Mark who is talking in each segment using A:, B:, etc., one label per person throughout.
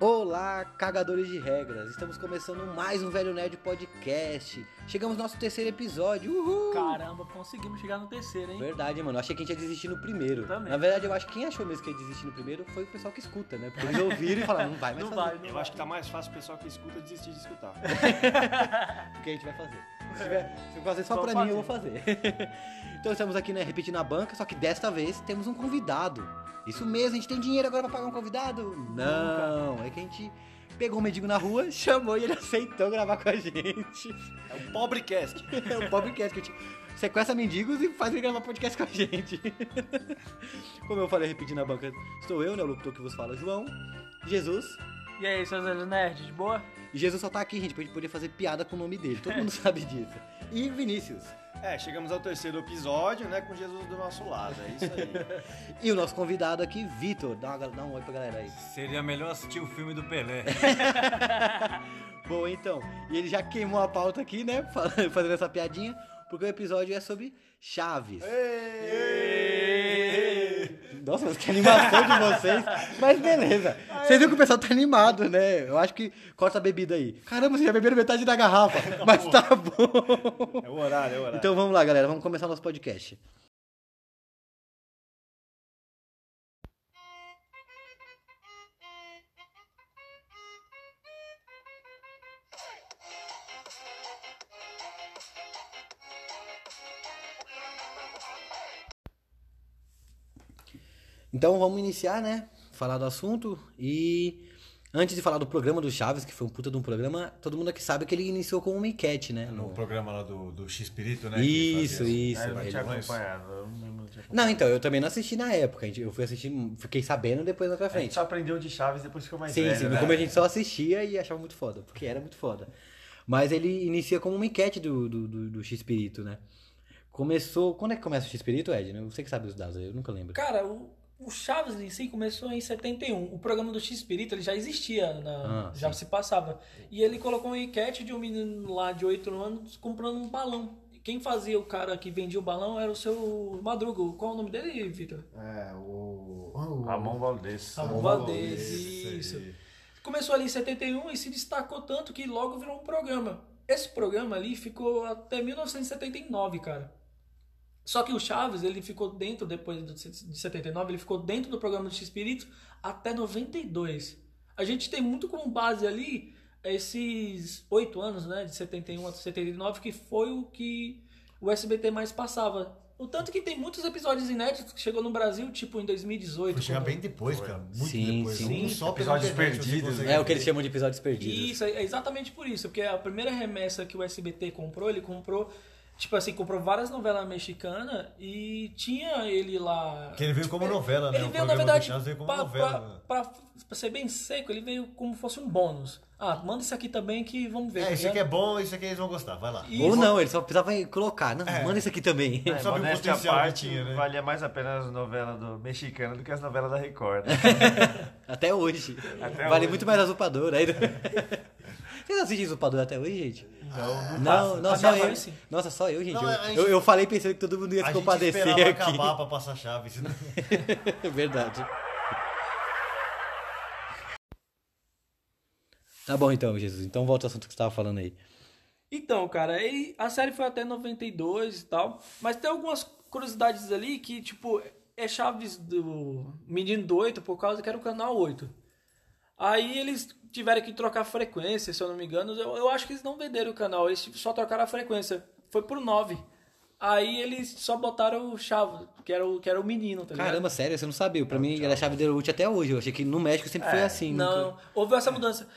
A: Olá, cagadores de regras! Estamos começando mais um Velho Nerd Podcast. Chegamos no nosso terceiro episódio. Uhul!
B: Caramba, conseguimos chegar no terceiro, hein?
A: Verdade, mano. Eu achei que a gente ia desistir no primeiro.
B: Também.
A: Na verdade, eu acho que quem achou mesmo que ia desistir no primeiro foi o pessoal que escuta, né? Porque eles ouviram e falaram, não vai mais
B: Não
A: fazer.
B: vai, não
C: Eu
B: vai.
C: acho que tá mais fácil o pessoal que escuta desistir de escutar.
A: Porque a gente vai fazer. Se tiver, se eu fazer só
B: Vamos
A: pra mim, eu vou fazer. então estamos aqui, né, repetindo a banca, só que desta vez temos um convidado. Isso mesmo, a gente tem dinheiro agora pra pagar um convidado? Não, é que a gente pegou um mendigo na rua, chamou e ele aceitou gravar com a gente.
C: É um pobrecast.
A: É um podcast que a gente sequestra mendigos e faz ele gravar podcast com a gente. Como eu falei, repetindo a banca, estou eu, né, o locutor que vos fala, João, Jesus.
B: E aí, seus velhos nerds, de boa?
A: E Jesus só tá aqui, gente, pra gente poder fazer piada com o nome dele. Todo mundo sabe disso. E Vinícius.
C: É, chegamos ao terceiro episódio, né, com Jesus do nosso lado, é isso aí.
A: E o nosso convidado aqui, Vitor. Dá, uma- dá um oi pra galera aí.
D: Seria melhor assistir o filme do Pelé.
A: Bom, então, e ele já queimou a pauta aqui, né? falando- Fazendo essa piadinha, porque o episódio é sobre Chaves. Nossa, mas que animação de vocês. Mas beleza. Vocês viram que o pessoal tá animado, né? Eu acho que corta a bebida aí. Caramba, vocês já beberam metade da garrafa. Mas tá bom.
C: É o horário, é o horário.
A: Então vamos lá, galera. Vamos começar o nosso podcast. Então vamos iniciar, né? Falar do assunto e antes de falar do programa do Chaves, que foi um puta de um programa, todo mundo aqui sabe que ele iniciou com uma enquete, né? No-
D: No programa lá do, do X-Pirito, né? que
A: Isso,
D: fazia
C: É,
D: É, as-
A: isso.
D: não
A: ele-
D: tinha acompanhado,
C: eu não tinha
A: Não, então, eu também não assisti na época. a gente- Eu fui assistir, fiquei sabendo depois
D: É,
A: na pra
C: A gente
A: frente.
C: só aprendeu de Chaves depois ficou mais
A: sim,
C: velho,
A: sim. No
C: né?
A: começo a gente só assistia e achava muito foda, porque era muito foda. Mas ele inicia como uma enquete do, do, do, do X-Pirito, né? Começou. Quando é que começa o X-Pirito, Ed? Você que sabe os dados, eu nunca lembro.
B: Cara, o, o Chaves em si começou em 71. O programa do X-Espírito, ele já existia, na-
A: Ah,
B: já se passava. E ele colocou uma enquete de um menino lá de 8 anos comprando um balão. E Quem fazia o cara que vendia o balão era o seu Madruga. Qual é o nome dele, Vitor?
E: É, o.
D: Ah,
E: o-
C: Ramon Valdez.
D: Tá
B: Ramon Valdez, isso. Começou ali em 71 e se destacou tanto que logo virou um programa. Esse programa ali ficou até 1979, cara. Só que o Chaves, ele ficou dentro, depois do- de 79, ele ficou dentro do programa do X-Espírito até 92. A gente tem muito como base ali esses oito anos, né? De 71 a 79, que foi o que o SBT mais passava. O tanto que tem muitos episódios inéditos que chegou no Brasil, tipo em 2018.
E: Foi chegar
B: quando-
E: bem depois, cara. Muito
A: Sim,
E: depois.
A: sim.
E: Um só pela
C: Episódios
E: internet você
C: perdidos,
E: consegue
A: É o que
E: ver.
A: eles chamam de episódios perdidos.
B: Isso, é exatamente por isso. Porque a primeira remessa que o SBT comprou, ele comprou, tipo assim, comprou várias novelas mexicanas e tinha ele lá.
D: Que ele veio como novela, né?
B: Ele
D: o
B: veio, na
D: programa
B: verdade,
D: do Chaves veio como
B: pra,
D: novela.
B: pra-
D: né?
B: pra- pra ser bem seco, ele veio como fosse um bônus. Ah, manda isso aqui também que vamos ver. tá
D: É, isso aqui é
B: ligado?
D: bom, isso aqui eles vão gostar, vai lá.
A: Ou
B: Isso.
A: não, ele só precisava colocar. Não, manda isso aqui também.
C: É,
D: Sabe o
C: modéstia à
D: potencial que
C: parte,
D: tinha, né?
C: valia mais a pena as novelas do mexicano do que as novelas da Record. né?
A: Até hoje.
C: Até
A: vale
C: hoje.
A: muito mais a Zupadora. aí. Vocês assistem Zupadora até hoje, gente?
C: Então,
A: Não, não,
B: Mas
A: só
B: agora
A: eu.
B: sim.
A: Nossa, só eu, gente.
D: Não,
A: eu,
D: a gente-
A: eu, eu falei pensando que todo mundo ia
D: A
A: se
D: gente
A: compadecer
D: esperava
A: aqui.
D: acabar pra passar Chaves. né?
A: É verdade. Tá bom então, Jesus. Então volta ao assunto que você tava falando aí.
B: Então, cara, aí a série foi até 92 e tal, mas tem algumas curiosidades ali que, tipo, é Chaves do Menino do 8 por causa que era o canal 8. Aí eles tiveram que trocar a frequência, se eu não me engano. Eu, eu acho que eles não venderam o canal, eles só trocaram a frequência. Foi pro 9. Aí eles só botaram o Chaves, que era o, que era o menino, tá ligado?
A: Caramba, sério, você não sabia. Pra mim era chave de Deroute até hoje. Eu achei que no México sempre
D: É,
A: foi assim.
B: Não,
A: nunca-
B: houve essa mudança.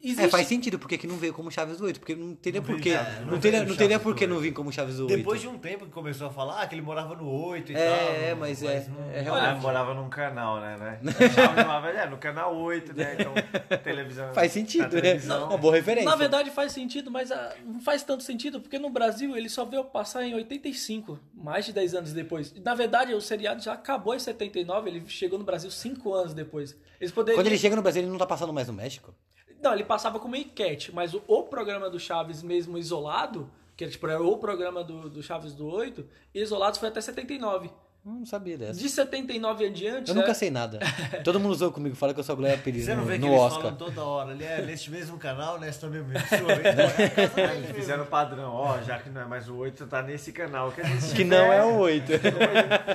B: Existe...
A: É, faz sentido porque que não veio como Chaves do 8, porque não teria porquê.
D: Chaves,
A: Não
D: não
A: teria,
D: veio
A: não teria
D: Chaves do
A: porquê
D: Oito.
A: não vir como Chaves do 8.
D: Depois de um tempo que começou a falar ah, que ele morava no 8 e
A: É,
D: tal.
A: é, mas é-
D: não-
A: é
C: Ah,
A: realmente.
C: eu morava num canal, né? né? Eu chamava, é, no canal 8, né? Então, televisão.
A: Faz
C: na
A: sentido, né?
C: televisão,
A: Uma boa referência.
B: Na verdade faz sentido, mas ah, não faz tanto sentido, porque no Brasil ele só veio passar em 85, mais de 10 anos depois. Na verdade, o seriado já acabou em 79, ele chegou no Brasil 5 anos depois. Eles poderiam...
A: Quando ele chega no Brasil, ele não tá passando mais no México?
B: Não, ele passava como enquete, mas o, o programa do Chaves mesmo isolado, que era, tipo, era o programa do, do Chaves do 8, isolado foi até 79.
A: Hum, Não sabia dessa.
B: De 79 em diante,
A: Eu
B: né?
A: nunca sei nada. Todo mundo usou comigo, fala que eu sou Glória Pires
D: é. Você não
A: no,
D: vê que
A: no
D: eles
A: Oscar.
D: falam toda hora, ele é neste mesmo canal, nesta mesma emissora.
A: Né?
D: então é a casa deles mesmo.
C: Fizeram padrão, ó, já que não é mais o 8, tá nesse canal. Que, a gente
A: Que não é
C: tiver.
A: o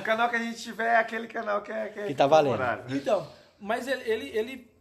A: 8.
C: O canal que a gente tiver é aquele canal que é. é
A: Que tá valendo.
C: temporário.
B: Então, mas ele, ele, ele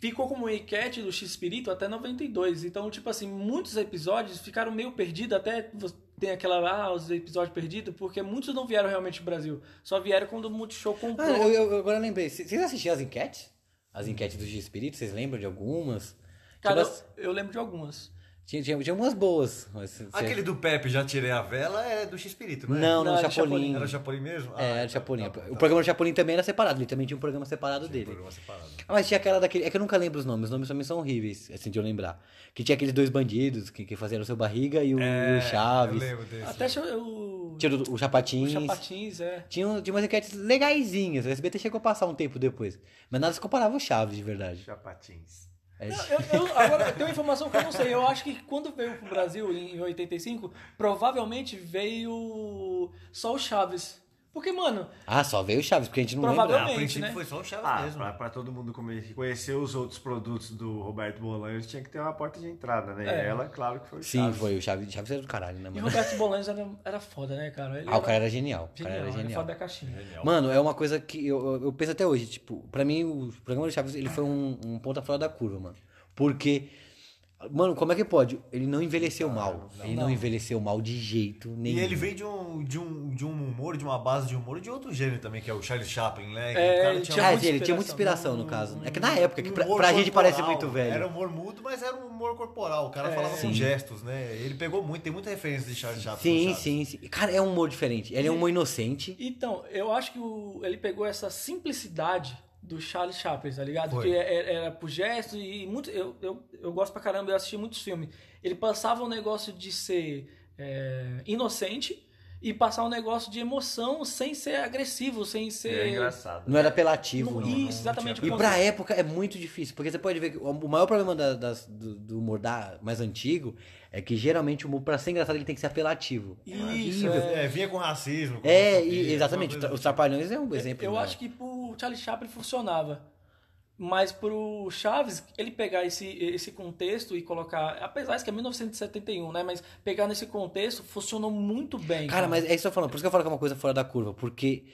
B: ficou como enquete do X-Pirito até 92. Então, tipo assim, muitos episódios ficaram meio perdidos. Até vo- tem aquela, ah, os episódios perdidos, porque muitos não vieram realmente pro Brasil. Só vieram quando o Multishow
A: Ah,
B: comprou.
A: eu, eu- eu agora lembrei. C- Vocês assistiam as enquetes? As enquetes do Dia Espírito, vocês lembram de algumas?
B: Cara,
A: Tinha, umas-
B: eu, eu lembro de algumas.
A: tinha, tinha, tinha umas boas. mas c- c-
D: Aquele do Pepe, já tirei a vela, é do X-Pirito, não é?
A: Não,
B: Não,
A: não,
B: era
A: Chapolin.
D: Era o Chapolin mesmo?
A: É, era
D: então,
A: o Chapolin.
D: tá bom,
A: O
D: tá
A: programa do Chapolin também era separado, ele também tinha um programa separado
D: bom.
A: dele.
D: Programa separado.
A: Ah, mas tinha aquela daquele. É que eu nunca lembro os nomes, os nomes também são horríveis, assim de eu lembrar. Que tinha aqueles dois bandidos que, que faziam o seu barriga e o, e o É, Chaves.
D: É, Eu lembro desse.
B: Até o,
A: Tinha o, o Chapatins.
B: o Chapatins, é.
A: Tinha, um- tinha umas enquetes legaisinhas. O SBT chegou a passar um tempo depois. Mas nada se comparava ao Chaves, de verdade.
C: Chapatins.
A: É,
B: Não, eu- eu- agora tem uma informação que eu não sei. Eu acho que quando veio pro Brasil em 85, provavelmente veio só o Chaves. Porque, mano,
A: Ah, só veio o Chaves, porque a gente não lembra.
B: Provavelmente.
D: Ah, a princípio
B: né?
D: foi só o Chaves
C: Ah,
D: mesmo.
C: pra, pra todo mundo come- conhecer os outros produtos do Roberto Bolanhos, tinha que ter uma porta de entrada, né?
B: É.
C: E ela, claro que foi o
A: Sim,
C: Chaves.
A: foi o Chaves. Chaves era do caralho, né,
B: E o
A: mano?
B: Roberto Bolanes era, era foda, né, cara? Ele
A: Ah, o cara era genial. O cara
B: genial, né,
A: era
B: ele é
A: genial.
B: fora da caixinha.
D: Genial.
A: Mano, é uma coisa que eu, eu- eu penso até hoje. Tipo, pra mim, o programa do Chaves, ele foi um, um ponta fora da curva, mano. Porque, mano, como é que pode? Ele não envelheceu mal. Ele não, envelheceu mal de jeito nenhum.
D: E ele vem de um, de, um, de um humor, de uma base de humor de outro gênero também, que é o Charles Chaplin,
B: É,
D: né? Que o cara
B: ele
D: tinha um
B: tinha
A: Ah,
B: muita
A: ele tinha muita inspiração, no caso. É que na época, que pra, pra gente parece muito velho.
D: Era humor mudo, mas era um humor corporal. O cara
B: É.
D: falava com gestos, né? Ele pegou muito, tem muita referência de Charles Chaplin. no
A: Sim,
D: Chaves.
A: sim, sim. Cara, é um humor diferente. Ele é um humor inocente.
B: Então, eu acho que o- ele pegou essa simplicidade do Charles Chaplin, tá ligado?
D: Foi.
B: Que é- é- era, por gestos e muito. Eu, eu, eu gosto pra caramba, eu assisti muitos filmes. Ele passava um negócio de ser é, inocente e passar um negócio de emoção sem ser agressivo, sem ser.
C: É engraçado.
A: Não era apelativo.
B: Não,
A: não.
B: isso, exatamente.
A: E
B: quando-
A: pra época é muito difícil, porque você pode ver que o o maior problema da- das- do, do humor da- mais antigo é que geralmente o humor, pra ser engraçado, ele tem que ser apelativo.
B: Isso, é.
D: É, vinha com racismo. com
A: É,
D: homofobia,
A: e- exatamente. Os
D: uma coisa assim.
A: tra- os Trapalhões é um exemplo.
B: Eu
A: né?
B: acho que pro Charlie Chaplin funcionava. Mas pro Chaves, ele pegar esse, esse contexto e colocar. Apesar de que é 1971, né? Mas pegar nesse contexto funcionou muito bem.
A: Cara, mas é isso que eu tô falando. Por isso que eu falo que é uma coisa fora da curva, porque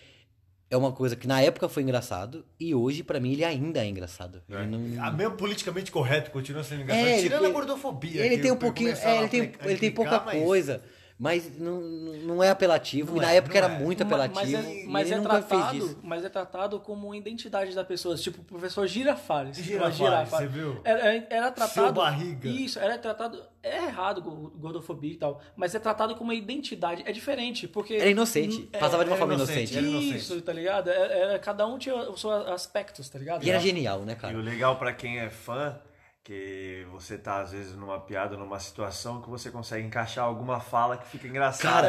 A: é uma coisa que na época foi engraçado e hoje, pra mim, ele ainda é engraçado. Ele não-
D: assim. Ah, mesmo politicamente correto continua sendo engraçado.
A: É, ele
D: Tirando
A: tem-
D: a gordofobia.
A: Ele
D: que
A: tem um
D: eu-
A: pouquinho.
D: começaram
A: é,
D: a
A: ele tem,
D: aplicar-
A: ele tem pouca
D: implicar, mas-
A: coisa. Mas não, não não é apelativo.
D: Não
A: e na
D: é,
A: época
D: não
A: era
D: é.
A: muito
B: Ma-
A: apelativo.
B: Mas
A: e
B: é, mas
A: ele
B: é
A: nunca fez
B: tratado,
A: isso.
B: mas é tratado como identidade das pessoas. Tipo, o professor Girafales.
D: Girafales,
B: Girafales.
D: você viu?
B: Era, era tratado.
D: Seu barriga.
B: Isso, era tratado. É errado go- gordofobia e tal. Mas é tratado como uma identidade. É diferente, porque.
A: Era inocente.
B: É,
A: passava de uma
D: era
A: forma
D: inocente,
A: inocente.
D: era inocente.
B: Isso, tá ligado? Era, era- cada um tinha os seus aspectos, tá ligado?
A: E era genial, né, cara?
C: E o legal pra quem é fã, que você tá às vezes numa piada, numa situação que você consegue encaixar alguma fala que fica engraçada.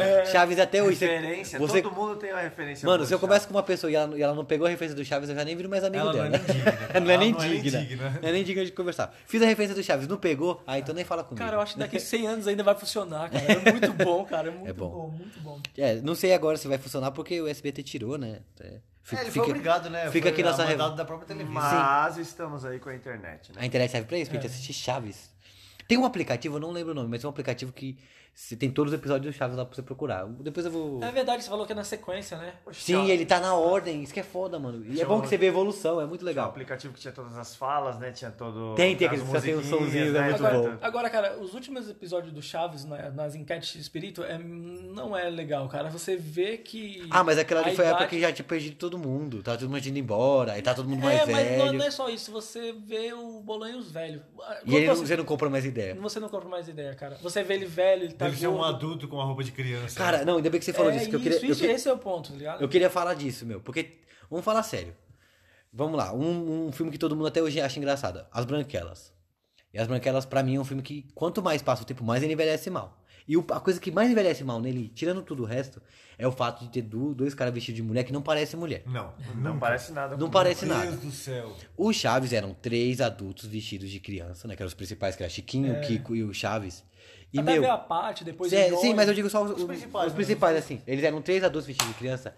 A: Cara, é, Chaves até hoje. você-
C: é referência,
A: Você,
C: todo mundo tem uma referência.
A: mano,
C: boa
A: se eu
C: do
A: converso com uma pessoa e ela, e ela não pegou a referência do Chaves, eu já nem viro mais amigo
D: Ela
A: dela.
D: não é nem digna, cara.
A: não é
D: Ela
A: nem
D: não é nem
A: digna.
D: digna.
A: Não é nem digna de conversar. Fiz a referência do Chaves, não pegou? Ah, então nem fala comigo.
B: Cara, eu acho que daqui 100 anos ainda vai funcionar, cara. É muito bom, cara. É muito
A: É bom.
B: bom. muito bom.
A: É, não sei agora se vai funcionar porque o SBT tirou, né? É,
D: É,
A: fica-
D: ele foi
A: fica-
D: obrigado, né?
A: fica
D: Foi
A: aqui nossa
D: a
A: rev-
D: mandado da própria
C: Chaves.
D: televisão.
C: Mas estamos aí com a internet, né?
A: A internet serve pra isso, pra gente assistir Chaves. Tem um aplicativo, eu não lembro o nome, mas é um aplicativo que se- tem todos os episódios do Chaves lá pra você procurar. Depois eu vou.
B: É verdade, você falou que é na sequência, né?
A: Sim,
C: um
A: ele tá na ordem, isso que é foda, mano. E é
C: Tinha
A: bom
C: um-
A: que você vê a evolução, é muito
C: Tinha um
A: legal.
C: aplicativo que tinha todas as falas, né? Tinha todo.
A: Tem, tem
C: as
A: aquele que só tem os
C: musiquinhas, né?
A: sonzinhos, é muito
B: Agora,
A: bom.
B: agora, cara, os últimos episódios do Chaves na- nas enquetes de espírito é, não é legal, cara. Você vê que.
A: Ah, mas aquela ali foi a época
B: idade-
A: que já tinha perdido todo mundo. Tava todo mundo indo embora, aí tá todo mundo mais
B: É, mas não,
A: velho.
B: não é só isso. Você vê o Bolanhos velho. Ah,
A: E ele não,
B: você...
A: você não compra mais ideia.
B: é você não compra mais ideia, cara. Você vê ele velho, ele tá.
D: Deve ser um
B: gordo.
D: adulto com uma roupa de criança.
A: Cara, não, ainda bem que você falou
B: É
A: disso, que eu queria.
B: isso,
A: eu
B: isso,
A: que-
B: Esse é o ponto, tá ligado?
A: Eu queria falar disso, meu, porque. Vamos falar sério. Vamos lá, um, um filme que todo mundo até hoje acha engraçado: As Branquelas. E As Branquelas, pra mim, é um filme que quanto mais passa o tempo, mais ele envelhece mal. E o- a coisa que mais envelhece mal nele, tirando tudo o resto, é o fato de ter du- dois caras vestidos de mulher que não parecem mulher.
D: Não.
C: Não parece nada.
A: Não
C: com-
A: parece
D: Meu
A: nada.
D: Deus do céu.
A: O Chaves eram três adultos vestidos de criança, né? Que eram os principais, que era Chiquinho, Kiko e o Chaves. E,
B: Até
A: meu,
B: ver a parte, depois
A: Cê- é,
B: ele
A: sim,
B: olha.
A: mas eu digo só os,
D: Os
A: os- os
D: principais,
A: principais,
D: né?
A: assim. Eles eram três adultos vestidos de criança.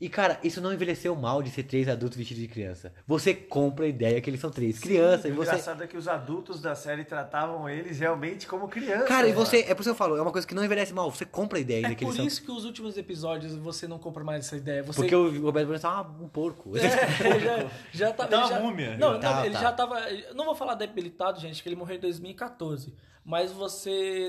A: E, cara, isso não envelheceu mal de ser três adultos vestidos de criança. Você compra a ideia que eles são três crianças. E
C: o
A: você.
C: engraçado é que os adultos da série tratavam eles realmente como crianças.
A: Cara, e
C: mano.
A: você. É por isso que eu falo, é uma coisa que não envelhece mal. Você compra a ideia
B: É
A: de que eles
B: por
A: são.
B: isso que os últimos episódios você não compra mais essa ideia. Você
A: Porque o Roberto Bruno tá um porco.
B: É, já, já tava.
D: Tá
B: ele
D: uma
B: já,
D: múmia.
B: Não,
A: Ele tá,
B: não, ele
A: tá.
B: já tava. eu Não vou falar debilitado, gente, que ele morreu em 2014. Mas você.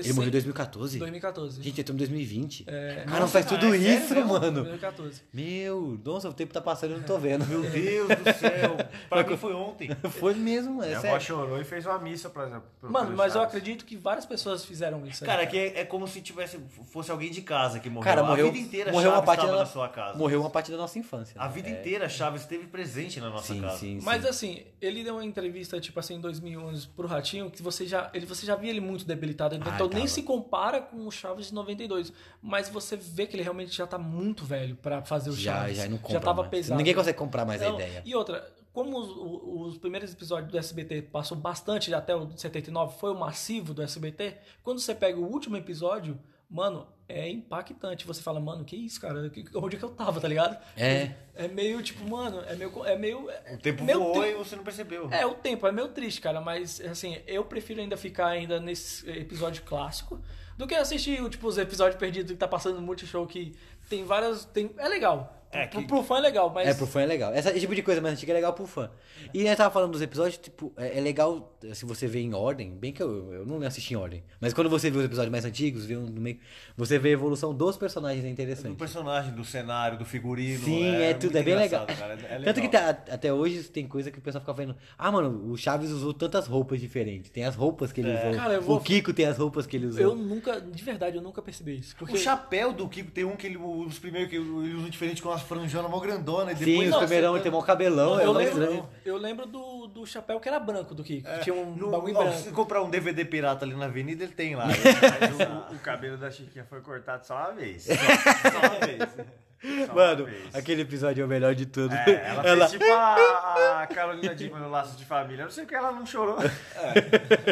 A: Ele morreu em 2014?
B: 2014.
A: Gente, estamos em 2020.
B: É,
A: Cara, não faz tudo
D: é sério
A: isso,
D: mesmo?
A: mano.
B: 2014.
A: Meu, nossa, o tempo tá passando e eu não tô vendo.
D: Meu Deus do céu. Pra mim foi ontem.
A: Foi mesmo, é
C: Minha avó
A: sério.
C: chorou e fez uma missa pra. pra
B: Mano,
C: pelo
B: mas eu
C: Chaves.
B: acredito que várias pessoas fizeram isso. né,
D: Cara, que é, é como se tivesse fosse alguém de casa que morreu.
A: Cara, morreu,
D: a vida inteira
A: morreu uma
D: Chaves
A: parte
D: estava
A: da,
D: na sua casa.
A: Morreu uma parte da nossa infância.
D: A
A: né?
D: vida
A: É.
D: inteira Chaves esteve presente na nossa
A: Sim,
D: casa.
A: sim, sim.
B: Mas assim, ele deu uma entrevista, tipo assim, em 2011 pro Ratinho, que você já, ele, você já via ele muito debilitado. Então
A: Ah,
B: nem
A: tava.
B: se compara com o Chaves de 92. Mas você vê que ele realmente já tá muito velho pra fazer é o
A: já,
B: Chaves.
A: já não compra
B: Já tava
A: mais.
B: pesado.
A: Ninguém consegue comprar mais a
B: Não,
A: ideia.
B: E outra, como os, o- os primeiros episódios do SBT passou bastante até o 79, foi o massivo do SBT, quando você pega o último episódio, mano, é impactante. Você fala, mano, que isso, cara? Que- Onde é que eu tava, tá ligado?
A: É.
B: É meio tipo, mano, é meio. É meio
D: O tempo
B: Meu
D: voou
B: Deus.
D: e você não percebeu.
B: é, o tempo é meio triste, cara, mas assim, eu prefiro ainda ficar ainda nesse episódio clássico do que assistir o, tipo, os episódios perdidos que tá passando no Multishow que tem várias. Tem, é legal.
D: É,
B: pro,
D: que-
B: pro fã é legal, mas.
A: É, pro fã é legal. Essa, esse tipo de coisa mais antiga é legal pro fã. E eu tava falando dos episódios, tipo, é, é legal eh, se você vê em ordem, bem que eu, eu não assisti em ordem, mas quando você vê os episódios mais antigos, vê um no meio, você vê a evolução dos personagens, é
D: Do
A: interessante.
D: personagem, do cenário, do figurino. né?
A: Sim, é, tudo,
D: muito
A: é bem legal.
D: engraçado, cara, é- é
A: Tanto que
D: legal.
A: tá- até hoje tem coisa que o pessoal fica vendo. Ah, mano, o Chaves usou tantas roupas diferentes. Tem as roupas que ele usou.
B: É. Cara, eu vou-
A: O Kiko tem as roupas que ele usou.
B: Eu nunca, de verdade, eu nunca percebi isso. Porque
D: O chapéu do Kiko tem um que ele, os primeiros que ele usa diferente com umas franjonas mó grandona. E
A: Sim,
D: depois
A: os
B: não,
A: primeirão
B: você-
A: ele tem mó cabelão,
B: eu,
A: é mó
B: lembro,
A: estranho.
B: eu lembro do, do chapéu que era branco do Kiko. que tinha um
D: É, No-
B: bagulho
D: ó,
B: branco.
D: se comprar um DVD pirata ali na avenida, ele tem lá.
C: Mas o, o cabelo da Chiquinha foi cortado só uma vez. Só, só uma vez. né? Só uma
A: Mano,
C: vez.
A: aquele episódio é o melhor de tudo.
C: É, ela, fez
A: Ela-
C: tipo a, a Carolina Dickman no Laço de Família. Eu não sei porque ela não chorou.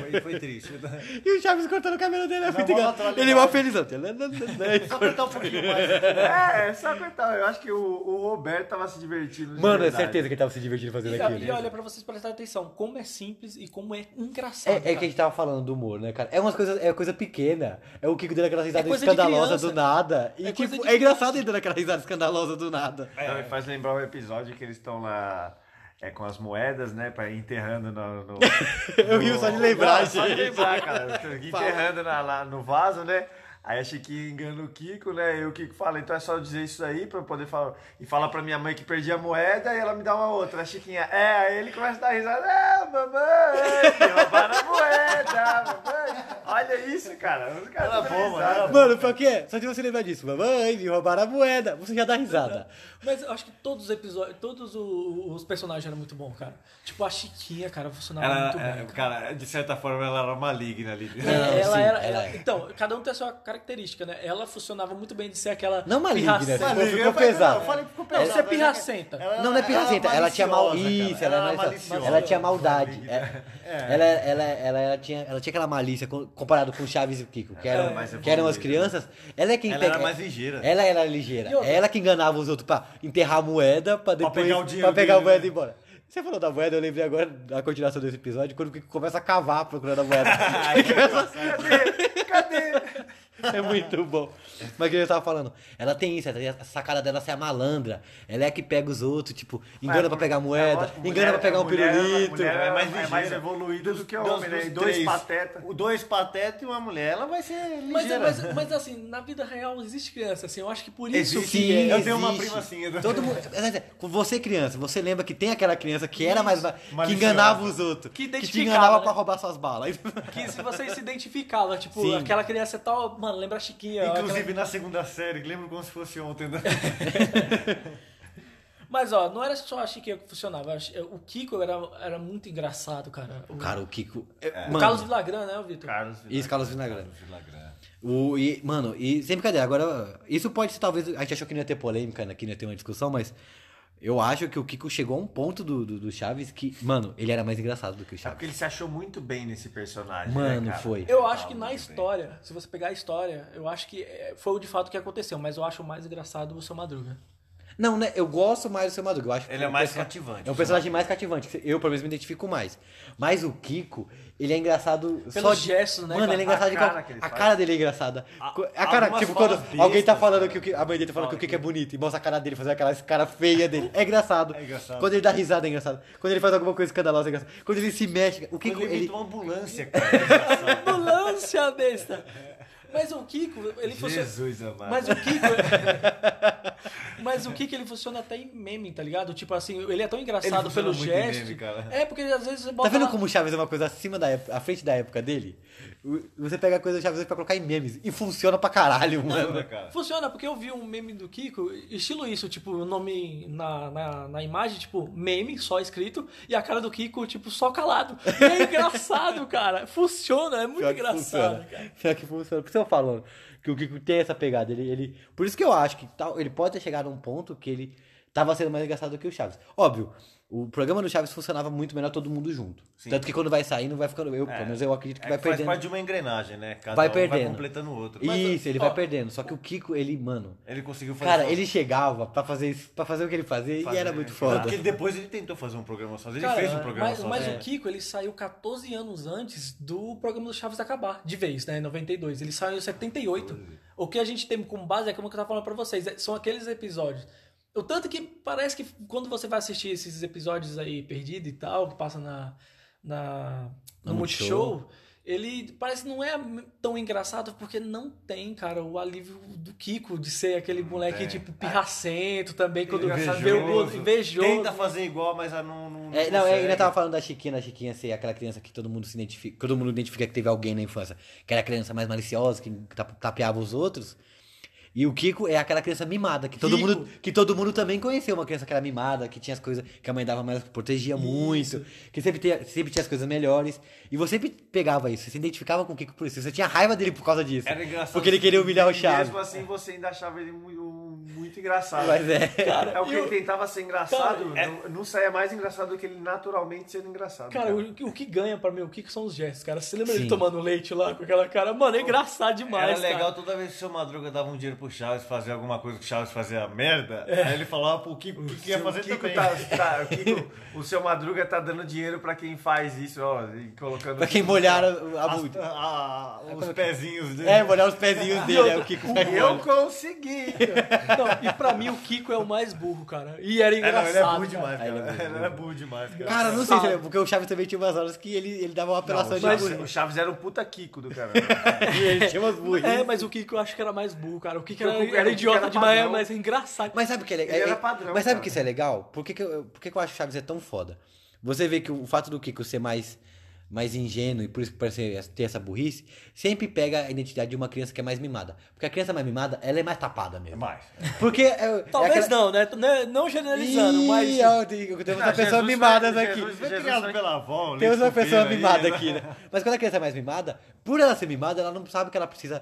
D: foi, foi triste.
A: E o Chaves cortando o cabelo dele, é muito
D: vamos
A: engraçado.
D: lá, tá
A: Ele é
D: legal.
A: mó felizão.
D: Só apertar um pouquinho mais.
C: É, é só coitado. Eu acho que o, o Roberto tava se divertindo. de
A: Mano, é
C: verdade.
A: certeza que ele tava se divertindo fazendo
B: um E,
A: aquilo.
B: e olha, pra vocês prestarem atenção, como é simples e como é engraçado.
A: É, é que a gente tava falando do humor, né, cara? É umas coisas, é coisa pequena. É o Kiko dando aquela risada
B: coisa de
A: escandalosa
B: criança.
A: do nada. E
B: É coisa
A: tipo,
B: de
A: é engraçado ele dando aquela risada escandalosa do nada.
C: Não, me Então, faz lembrar o episódio que eles estão lá é, com as moedas, né? Pra, enterrando no. no-
A: Eu rio só de lembrar,
C: Não, Só de
A: gente.
C: lembrar, cara. Enterrando na- lá no vaso, né? Aí a Chiquinha engana o Kiko, né? E o Kiko fala, então é só dizer isso aí pra eu poder falar. E fala pra minha mãe que perdi a moeda e ela me dá uma outra. A Chiquinha, é, aí ele começa a dar risada, é, mamãe, me roubaram a moeda, mamãe. Olha isso, cara. Os caras
D: Era
C: dando
D: bom, mano,
C: risada.
D: era bom.
A: Mano, pior que é, só de você lembrar disso. Mamãe, me roubaram a moeda. Você já dá risada.
B: Mas eu acho que todos os episódios, todos o- os personagens eram muito bons, cara. Tipo, a Chiquinha, cara, funcionava muito bem.
D: Ela, é cara, de certa forma, ela era maligna ali.
B: É, ela
A: sim, ela
B: era, ela-
A: é.
B: Então, cada um tem a sua característica, né? Ela funcionava muito bem de ser aquela.
A: Não maligna,
B: pirracenta.
A: né? Maligna.
D: Eu falei,
A: pesado.
D: eu falei, ficou
B: Não,
D: pesado.
B: você é pirracenta.
A: Não, não é pirracenta, ela, tinha mal. Isso, ela, não era- ela tinha maldade. É. Ela, ela, ela, ela tinha, ela tinha aquela malícia com- comparado com o Chaves e o Kiko, que eram,
C: Ela mais
A: que eram as
C: evoluída.
A: crianças. Ela é quem
D: é né? Ela
A: pega-
D: era mais ligeira.
A: Ela era ligeira. É
B: E outra?
A: Ela que enganava os outros pra enterrar a moeda, pra depois.
D: pegar o dinheiro
A: pra pegar
D: dele,
A: a moeda
D: né?
A: e ir embora. Você falou da moeda, eu lembrei agora da continuação desse episódio, quando o Kiko começa a cavar procurando a moeda.
C: Cadê? Cadê?
A: É muito bom. Mas o que eu tava falando, ela tem isso, essa sacada dela ser a malandra. Ela é a que pega os outros, tipo, engana
C: Mas,
A: pra pegar a
C: é
A: moeda,
C: lógico,
A: engana
C: mulher-
A: pra pegar um
C: mulher-
A: pirulito.
C: mulher
D: É mais,
C: É mais
D: ligeira.
C: evoluída do que o
D: dos-
C: homem, né?
D: dos
C: E dois
D: três.
C: pateta.
D: O dois pateta e uma mulher, ela vai ser
B: Mas,
A: é
D: ligeira.
B: mas, mas assim, na vida real existe criança, assim, eu acho que por isso
D: Existe,
B: que
A: Sim,
D: Eu tenho uma
A: existe.
D: prima assim, eu-
A: Todo mundo, Mas, é, com você criança, você lembra que tem aquela criança que era mais que
D: Maliciosa.
A: enganava os outros,
B: Que
A: te
B: identificava,
A: enganava
B: né?
A: pra roubar suas balas.
B: Que se você se identificava, tipo,
A: Sim.
B: aquela criança tal, mano, lembra a Chiquinha.
D: Inclusive
B: aquela-
D: na segunda série, que lembro como se fosse ontem. né?
B: Mas ó, não era só a Chiquinha que funcionava. eu acho- O Kiko era, era muito engraçado, cara. O,
A: Cara, o Kiko,
B: o
A: mano,
B: Carlos Vilagran, né, Vitor?
C: Carlos
A: isso Carlos Vinagre. O, e, mano, e sem brincadeira, agora, isso pode ser talvez. A gente achou que não ia ter polêmica, né, que não ia ter uma discussão, mas eu acho que o Kiko chegou a um ponto do, do, do Chaves que, mano, ele era mais engraçado do que o
C: É
A: Chaves.
C: porque ele se achou muito bem nesse personagem.
A: Mano,
C: né, cara?
A: foi.
B: Eu acho que na
C: muito bem.
B: história, se eh, você pegar a história, eu acho que é, foi o de fato que aconteceu, mas eu acho mais engraçado o seu Madruga.
A: Não, né? Eu gosto mais do seu Madruga. Eu acho
D: Ele é mais
A: perso-
D: cativante.
A: É um personagem mais cativante. que Eu, pelo menos, me identifico mais. Mas o Kiko, ele é engraçado
B: Pelo
A: só de...
B: gesto, né?
A: Mano, ele é engraçado
C: A
A: de
C: cara
A: qual-
C: que ele
A: A
C: faz.
A: cara dele é engraçada.
D: A-
A: Co- A cara,
D: algumas
A: tipo, quando
D: falas
A: alguém tá
D: bestas,
A: falando
D: cara.
A: que o Kiko- a mãe dele tá falando que o Kiko é bonito e mostra a cara dele, fazendo aquela cara feia dele. É engraçado.
D: É engraçado.
A: Quando ele dá risada, é engraçado. Quando ele faz alguma coisa escandalosa, é engraçado. Quando ele se mexe, o Kiko,
D: Quando ele
A: ele...
D: imita uma ambulância, cara.
B: Ambulância, besta. Mas o Kiko, ele funciona.
D: Jesus amado. É
B: Mas o Kiko. Mas o Kiko ele funciona até em meme, tá ligado? Tipo assim, ele é tão engraçado
D: funciona
B: pelo
D: muito em
B: gesto.
D: meme, cara.
B: É, porque às vezes você
A: Tá
B: bota.
A: vendo
B: lá-
A: como o Chaves é uma coisa acima da época, à frente da época dele? O- Você pega a coisa do Chaves pra colocar em memes. E funciona pra caralho, mano.
D: cara.
B: Funciona, porque eu vi um meme do Kiko, estilo isso, tipo, o nome na, na, na imagem, tipo, meme, só escrito, e a cara do Kiko, tipo, só calado. E é engraçado, cara. Funciona, é muito
A: Pior que
B: engraçado,
A: funciona.
B: cara.
A: Pior que funciona. Por isso eu falo que o Kiko tem essa pegada. Ele, ele... Por isso que eu acho que tal, ele pode ter chegado a um ponto que ele tava sendo mais engraçado do que o Chaves. Óbvio, o programa do Chaves funcionava muito melhor todo mundo junto.
D: Sim.
A: Tanto que quando vai saindo, vai ficando. Eu, pelo menos eu acredito que
D: É
A: vai
D: que faz
A: perdendo.
D: parte de uma engrenagem, né? Cada
A: Vai
D: um vai
A: perdendo.
D: completando o outro.
A: Isso, ele
B: ó,
A: vai perdendo. Só que o Kiko, ele, mano.
D: Ele conseguiu fazer
A: Cara,
D: só- um
A: ele chegava pra fazer, isso- pra fazer o que ele fazia e
D: fazer- é.
A: era muito foda.
D: Porque depois ele tentou fazer um programa sozinho. Ele
B: Cara,
D: fez um programa
B: mas,
D: sozinho.
B: mas
D: É.
B: o Kiko, ele saiu 14 anos antes do programa do Chaves acabar, de vez, né? Em 92. Ele saiu em 78. O que a gente tem como base é como que eu tava falando pra vocês, é- são aqueles episódios. O tanto que parece que quando você vai assistir esses episódios aí perdido e tal, que passa na, na no
A: No
B: Multishow, ele parece que não é tão engraçado porque não tem, cara, o alívio do Kiko de ser aquele moleque
D: tem.
B: tipo pirracento também quando
D: Invejoso.
B: vê é o outro invejoso.
D: Tenta fazer igual, mas ah, não. Não,
A: É, não, eu
D: consegue.
A: ainda tava falando da Chiquinha, da Chiquinha ser aquela criança que todo mundo se identifica, que todo mundo identifica que teve alguém na infância, que era a criança mais maliciosa, que ta- tapeava os outros. E o Kiko é aquela criança mimada, que todo,
D: Kiko.
A: mundo, que todo mundo também conheceu, uma criança que era mimada, que tinha as coisas que a mãe dava, mas protegia muito, que sempre, te- sempre tinha as coisas melhores. E você sempre pegava isso, você se identificava com o Kiko por isso, você tinha raiva dele por causa disso.
D: Era engraçado. assim,
A: Porque ele queria humilhar o
D: E
A: Chaves.
C: Mesmo assim, você ainda achava ele mu- um, muito, engraçado.
A: Mas é.
C: é o que
B: e
C: ele
B: o-
C: tentava ser engraçado,
D: é-
C: não, não saia mais engraçado do que ele naturalmente sendo engraçado.
B: Cara, o, o que ganha pra mim, o que são os gestos, cara? Você lembra
A: Sim.
B: ele tomando leite lá com aquela cara? Mano, é engraçado
D: Era
B: demais,
D: legal
B: cara.
D: toda vez que o seu Madruga dava um dinheiro pro Chaves fazer alguma coisa que o Chaves fazia merda.
B: É.
D: Aí ele falava pro Kiko o que, que ia
C: o
D: fazer
C: Kiko
D: também.
C: tá, tá- o, Kiko- o seu Madruga tá dando dinheiro pra quem faz isso, ó, e colocando.
A: Pra quem molharam a, a
D: né? As-
A: bunda.
D: a- os pezinhos dele.
A: É, molhar os pezinhos dele, é o Kiko.
C: Eu consegui!
B: Não, e pra mim o Kiko é o mais burro, cara. E era
D: É, não,
B: engraçado.
D: ele é burro
B: cara.
D: demais,
A: Ele
D: cara.
A: é burro,
D: Ele era burro demais, cara.
A: Cara, não sei,
B: Sabe.
A: se é- porque o Chaves também tinha umas horas que ele, ele dava uma apelação
C: o,
A: de
C: Chaves,
A: burrice.
C: o Chaves era um puta Kiko do cara.
A: Ele tinha umas burrice.
B: É, mas o Kiko eu acho que era mais burro, cara. O Kiko
C: O
B: era,
C: Kiko
B: era,
C: era
B: idiota
C: padrão.
B: demais, mas é engraçado.
A: Mas sabe o que é legal?
C: Ele era padrão,
A: Mas sabe
C: cara.
A: que isso é legal? Por que, que, eu, por que, que eu acho que o Chaves é tão foda? Você vê que o fato do Kiko ser mais, mais ingênuo e por isso que parece ter essa burrice, sempre pega a identidade de uma criança que é mais mimada. Porque a criança mais mimada, ela é mais tapada mesmo.
D: Mas,
A: Porque. É,
B: Talvez
A: é aquela-
B: não, né? Né? Não generalizando,
A: Ih,
B: mas.
A: ó, tem- temos
C: Ah,
A: uma pessoa
C: Jesus
A: mimada
C: foi-
A: aqui.
C: Jesus-
D: foi criado pela avó,
A: Temos
D: leite
A: uma
D: com
A: pessoa
D: pera aí,
A: mimada
D: né?
A: aqui, né? Mas quando a criança é mais mimada, por ela ser mimada, ela não sabe que ela precisa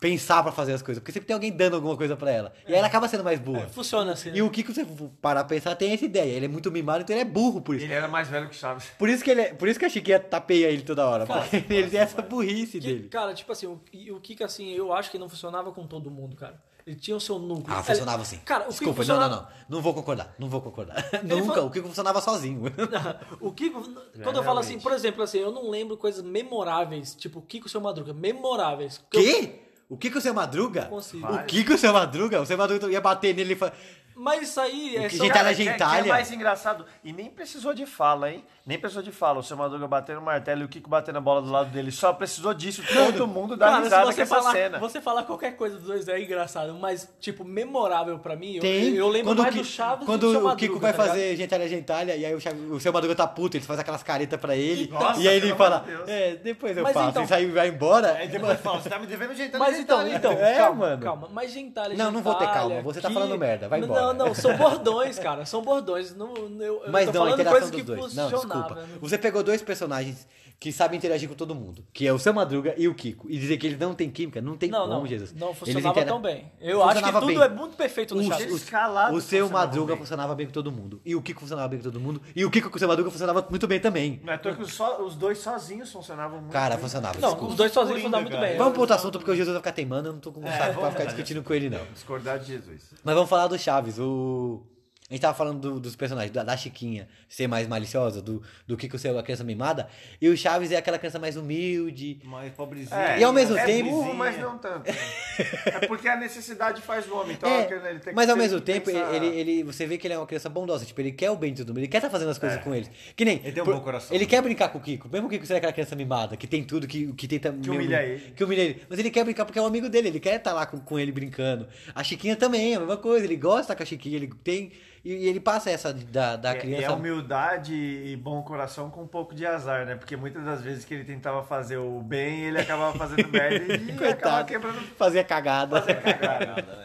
A: pensar pra fazer as coisas. Porque sempre tem alguém dando alguma coisa pra ela. E aí ela acaba sendo mais burra.
B: Funciona assim. né?
A: E o Kiko, se você parar pra pensar, tem essa ideia. Ele é muito mimado, então ele é burro por isso.
C: Ele era mais velho que o Chaves.
A: Por isso que, ele é- por isso que a Chiquinha tapeia ele toda hora.
B: Fácil,
A: porque ele tem essa burrice
B: Que-
A: dele.
B: Cara, tipo assim, o, e o Kiko, assim, eu acho que não funcionava com todo mundo, cara. Ele tinha o seu núcleo.
A: Ah, funcionava assim.
B: Cara, o Kiko
A: Desculpa,
B: funcionava-
A: não, não, não. Não vou concordar, não vou concordar. Nunca,
B: fala-
A: o Kiko funcionava sozinho.
B: O Kiko,
C: É,
B: quando eu falo assim, por exemplo, assim, eu não lembro coisas memoráveis, tipo o Kiko Seu Madruga, memoráveis. Eu-
A: Quê? O Kiko Seu Madruga?
B: Consigo.
A: O Kiko Seu Madruga? O Seu Madruga ia bater nele e falar...
B: Mas isso aí é
A: que
B: só...
A: gente- tá Itália,
C: Cara, que é-
A: Gentália.
C: que é mais engraçado. E nem precisou de fala, hein? Nem precisou de fala. O seu Madruga batendo no martelo e o Kiko batendo a bola do lado dele. Só precisou disso. Todo mundo dá
B: Cara, se
C: risada com
B: você
C: essa
B: falar,
C: cena.
B: você falar qualquer coisa dos dois é engraçado, mas, tipo, memorável pra mim, eu-
A: Tem.
B: eu, lembro
A: quando o
B: mais
A: Ki-
B: do Chaves
A: Quando
B: do que do Seu
A: o
B: Madruga,
A: Kiko vai
B: tá ligado?
A: fazer gentalha, gentalha, e aí o, Chaves, o Seu Madruga tá puto, ele faz aquelas caretas pra ele.
B: Então,
D: Nossa,
A: e aí ele
C: pelo
A: fala,
C: amor de Deus.
A: é, depois eu
B: Mas
A: faço.
B: então- é,
A: E sai e vai embora.
D: Aí depois fala, você tá me devendo jeito
B: Mas então, então,
A: É,
B: calma,
A: mano.
B: calma. Mas gentalha,
A: Não, não vou ter
B: gentalha,
A: calma, você tá
B: que-
A: falando merda, vai
B: Não,
A: embora.
B: não, são bordões, cara, são bordões. Não, eu, eu
A: Mas
B: tô
A: não, a
B: falando
A: interação
B: coisas
A: dos
B: que né?
A: dois. Não,
B: funcionavam.
A: desculpa. Você pegou dois personagens que sabem interagir com todo mundo, que é o seu Madruga e o Kiko, e dizer que eles não têm química, não tem
B: Não,
A: como,
B: não.
A: Jesus.
B: Não
A: Eles
B: funcionava
A: intera-
B: tão bem. Eu acho que
A: Funcionava
B: tudo
A: bem.
B: é muito perfeito no
A: O-
B: Chaves.
A: o-
C: Eles calados
A: O seu
C: funcionavam
A: Madruga
C: bem.
A: funcionava bem com todo mundo. E o Kiko funcionava bem com todo mundo. E o Kiko com o seu Madruga funcionava muito bem também.
C: Não é à toa que os, só- os dois sozinhos funcionavam muito.
A: Cara,
C: bem.
A: funcionava.
B: Não,
A: desculpa.
B: os dois sozinhos
D: Coringa,
B: funcionavam muito
D: cara.
B: bem.
A: Vamos pro outro assunto, porque o Jesus vai ficar teimando, eu não tô com saco pra ficar discutindo com ele, não.
C: Discordar de Jesus.
A: Mas vamos falar do Chaves. O... A gente tava falando do- dos personagens, da, da Chiquinha ser mais maliciosa, do, do Kiko ser a criança mimada. E o Chaves é aquela criança mais humilde.
D: Mais pobrezinho.
A: E ao mesmo
C: é
A: tempo-
C: burro, mas não tanto. É porque a necessidade faz o homem. Então,
A: É,
C: ele tem que
A: mas ao
C: ter-
A: mesmo
C: tem
A: tempo,
C: que pensar-
A: ele, ele- você vê que ele é uma criança bondosa. Tipo, ele quer o bem de todo mundo, ele quer estar fazendo as
C: É.
A: coisas com eles. Que nem.
D: Ele tem um bom coração.
A: Ele quer brincar com o Kiko. Mesmo o Kiko ser aquela criança mimada, que tem tudo, que, que tenta. Que
C: humilha ele.
A: Que humilha ele. Mas ele quer brincar porque é um amigo dele, ele quer estar lá com, com ele brincando. A Chiquinha também, é a mesma coisa. Ele gosta com a Chiquinha, ele tem. E, e ele passa essa da, da
C: É-
A: criança.
C: É humildade e bom coração com um pouco de azar, né? Porque muitas das vezes que ele tentava fazer o bem, ele acabava fazendo merda e acabava
A: Coitado.
C: quebrando.
A: Fazia cagada.
C: cagada,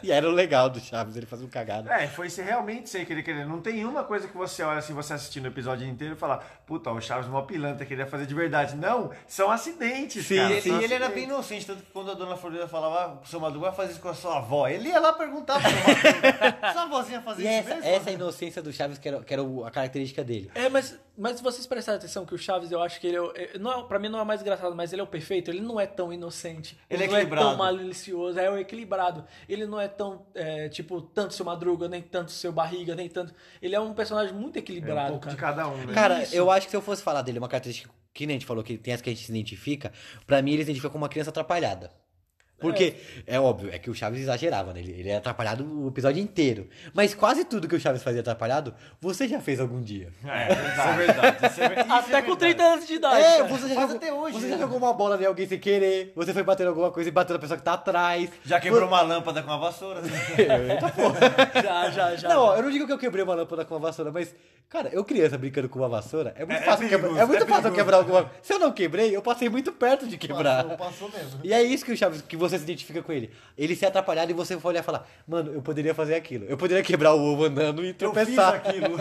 A: e era o legal do Chaves, ele fazia um cagada.
C: É, foi se realmente sei que ele queria. Não tem uma coisa que você olha assim, você assistindo o episódio inteiro e fala, puta, o Chaves é uma pilantra, queria fazer de verdade. Não, são acidentes,
A: Sim,
C: cara.
D: E
C: são
D: ele, e ele era
C: acidentes.
D: bem inocente, tanto que quando a dona Florinda falava pro seu Madruga "Vai fazer isso com a sua avó, ele ia lá perguntar pra sua Madruga, sua avózinha ia fazer
A: E
D: isso
A: essa,
D: mesmo?
C: né?
A: essa inocência do Chaves que era, que era o- a característica dele.
B: É, mas, mas se vocês prestarem atenção que o Chaves, eu acho que ele é, o- é- não é. Pra mim não é o mais engraçado, mas ele é o perfeito. Ele não é tão inocente.
D: Ele é
B: não é tão
D: equilibrado.
B: malicioso. É o equilibrado. Ele não é tão, é, tipo, tanto seu Madruga, nem tanto seu Barriga, nem tanto. Ele é um personagem muito
C: É, um
B: equilibrado,
C: pouco de
B: cara.
C: cada um, né?
D: é
A: Cara,
B: Isso.
A: eu acho que se eu fosse falar dele, uma característica que nem a gente falou, que tem as que a gente se identifica, pra mim ele se identifica como uma criança atrapalhada. Porque, é. óbvio, é que o Chaves exagerava, né? Ele, ele era atrapalhado o episódio inteiro. Mas quase tudo que o Chaves fazia atrapalhado, você já fez algum dia.
D: É, isso é verdade. Isso é ver- isso é
B: Até com
D: verdade.
B: 30 anos de idade.
A: é,
B: cara.
A: você já
D: Faz
A: jogou,
D: até hoje,
A: Você
D: né?
A: já jogou uma bola em alguém sem querer, você foi bater em alguma coisa e bateu na pessoa que tá atrás.
D: Já quebrou uma lâmpada com a vassoura.
B: Já, já, já.
A: Não, é ó, eu não digo que eu quebrei uma lâmpada com uma vassoura, mas, cara, eu criança brincando com uma vassoura, é muito
D: É, é
A: fácil,
D: perigoso,
A: quebrar, é muito
D: é
A: fácil eu
D: perigoso.
A: quebrar alguma Se eu não quebrei, eu passei muito perto de quebrar.
D: Passou, passou mesmo.
A: E é isso que o Chaves, que você se identifica com ele. Ele se atrapalhado e você vai olhar e falar, mano, eu poderia fazer aquilo. Eu poderia quebrar o ovo andando e
D: Eu fiz
A: tropeçar.
D: aquilo.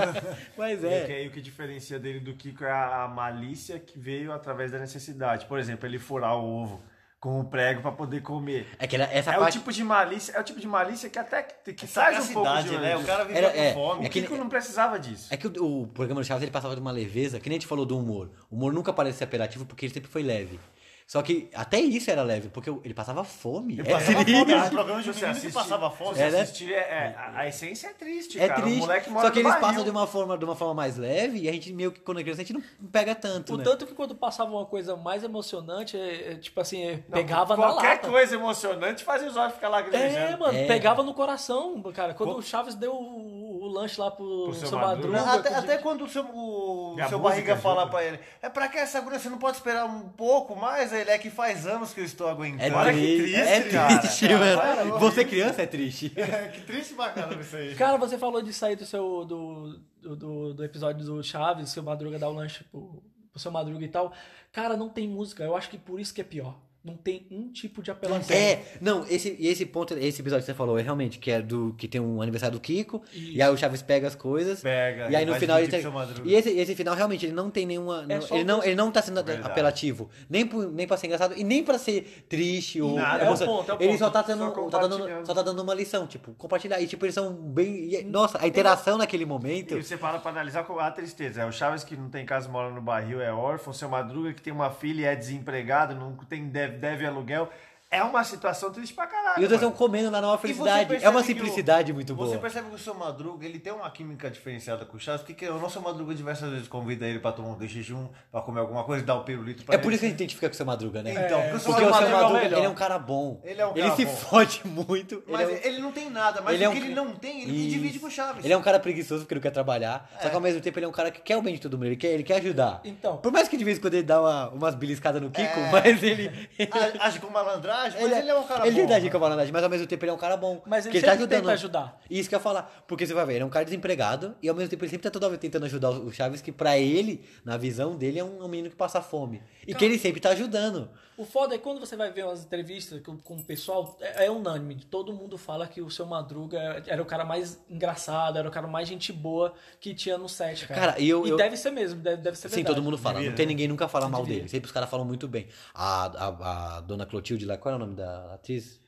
A: Mas
C: E o que,
A: é.
C: e o que diferencia dele do Kiko é a a malícia que veio através da necessidade. Por exemplo, ele furar o ovo com um prego pra poder comer.
A: É que era- essa
C: é
A: parte.
C: o tipo de malícia, é o tipo de malícia que até que, que
D: Sai
C: traz um pouco de
D: né? O cara viveu
A: Era-
D: com
A: é,
D: fome.
C: O
A: é que-
C: Kiko não precisava disso.
A: É que o, o programa do Chaves ele passava de uma leveza, que nem a gente falou do humor. O humor nunca parece ser apelativo porque ele sempre foi leve. Só que até isso era leve, porque ele passava fome.
D: Ele
A: É
D: passava
A: triste.
D: fome, era um programa de um
C: Você
D: menino que
C: assiste-
D: passava fome.
C: você
A: É, né?
C: assistir, é- é- a, a essência é triste,
A: É
C: cara. O
A: triste.
C: moleque mora
A: Só que
C: no
A: eles
C: barril.
A: passam de uma forma, de uma forma mais leve e a gente meio que quando é criança a gente não pega tanto,
B: O
A: né?
B: tanto que quando passava uma coisa mais emocionante, é, é, tipo assim, é,
C: Não,
B: pegava na
C: Qualquer
B: lata.
C: coisa emocionante fazia os olhos ficar lagrimejando.
B: É, mano,
A: É.
B: pegava no coração, cara. Quando
D: Co-
B: o Chaves deu o, o lanche lá pro,
C: Pro seu
B: seu, Madruga.
D: Não, até,
B: com o
D: até quando o seu, o
C: E a
D: seu
C: música
D: barriga
C: ajuda.
D: falar pra ele, é pra que essa agulha, você não pode esperar um pouco mais? Ele é que faz anos que eu estou aguentando.
C: Olha que
A: tri-
C: triste,
A: é
C: cara.
A: triste, mano. Você criança é triste.
D: que triste pra caramba isso aí.
B: Cara, você falou de sair do seu. do, do, do- do episódio do Chaves, seu Madruga dar o lanche pro, pro seu Madruga e tal. Cara, não tem música. Eu acho que por isso que é pior. Não tem um tipo de apelação.
A: É, não, esse, e esse ponto, esse episódio que você falou é realmente que é do que tem um aniversário do Kiko, e aí o Chaves pega as coisas.
D: Pega,
A: e aí no
D: faz
A: final ele
D: vídeo
A: tem,
D: pro seu Madruga.
A: E esse, esse final realmente ele não tem nenhuma.
B: É
A: não-
B: só
A: ele,
B: o
A: não,
B: texto.
A: ele não tá sendo
D: Verdade.
A: apelativo. Nem, por, nem pra ser engraçado e nem pra ser triste ou.
C: Nada,
B: é o
A: emocionante.
B: ponto, é o
A: ele
B: ponto.
A: só tá, tendo,
C: Só
A: tá dando,
C: compartilhando.
A: só tá dando uma lição, tipo, compartilhar. E tipo, eles são bem.
D: Hum.
A: e- nossa, a interação naquele momento.
C: E você para pra analisar qual é a tristeza. É o Chaves que não tem casa, mora no barril, é órfão. Seu Madruga que tem uma filha e é desempregado, não tem, deve, deve aluguel. É uma situação triste pra caralho.
A: E os dois é um estão
C: mano.
A: comendo lá numa
D: E você
A: felicidade. É
D: percebe
A: uma
D: que o-
A: simplicidade muito boa.
D: Você percebe que o seu Madruga, ele tem uma química diferenciada com o Chaves, porque o nosso Madruga diversas vezes convida ele pra tomar um jejum, pra comer alguma coisa, dar um pirulito pra
A: É
D: ele.
A: por isso que a gente identifica com o seu Madruga, né?
D: Então, porque o seu
A: Porque o seu
D: Madruga é o
A: Madruga,
D: melhor.
A: ele é um cara bom.
D: Ele é um
A: Ele
D: cara
A: se
D: bom.
A: fode muito.
D: Mas
A: ele,
D: ele,
A: é um...
D: não tem nada, mas
A: ele é
D: o
A: um
D: que ele
A: cri-
D: não tem, ele
A: Isso.
D: divide com o Chaves.
A: ele é um cara preguiçoso porque não quer trabalhar. Só que ao mesmo tempo ele é um cara que quer o bem de todo mundo. Ele quer, ele quer ajudar.
B: Então.
A: Por mais que de vez em quando ele dá uma- umas beliscadas no Kiko, mas ele.
D: A- Age com malandragem, Ah, mas ele, é um cara
A: ele
D: bom.
A: ainda agir com pra falar a verdade, mas ao mesmo tempo ele é um cara bom.
B: Mas ele
A: porque
B: sempre tenta ajudar.
A: Isso que eu ia falar. Porque você vai ver, ele é um cara desempregado e ao mesmo tempo ele sempre tá toda hora tentando ajudar o Chaves, que pra ele, na visão dele, é um, um menino que passa fome. E que ele sempre tá ajudando.
B: O foda é quando você vai ver umas entrevistas com, com o pessoal, é, é unânime. Todo mundo fala que o seu Madruga era o cara mais engraçado, era o cara mais gente boa que tinha no set, cara.
A: Cara, e eu- eu-
B: deve ser mesmo, deve, deve ser
A: Sim,
B: É verdade.
A: todo mundo fala. Não tem
D: né?
A: ninguém nunca fala mal dele. Sempre os caras falam muito bem. A, a, a dona Clotilde lá, qual era o nome da atriz?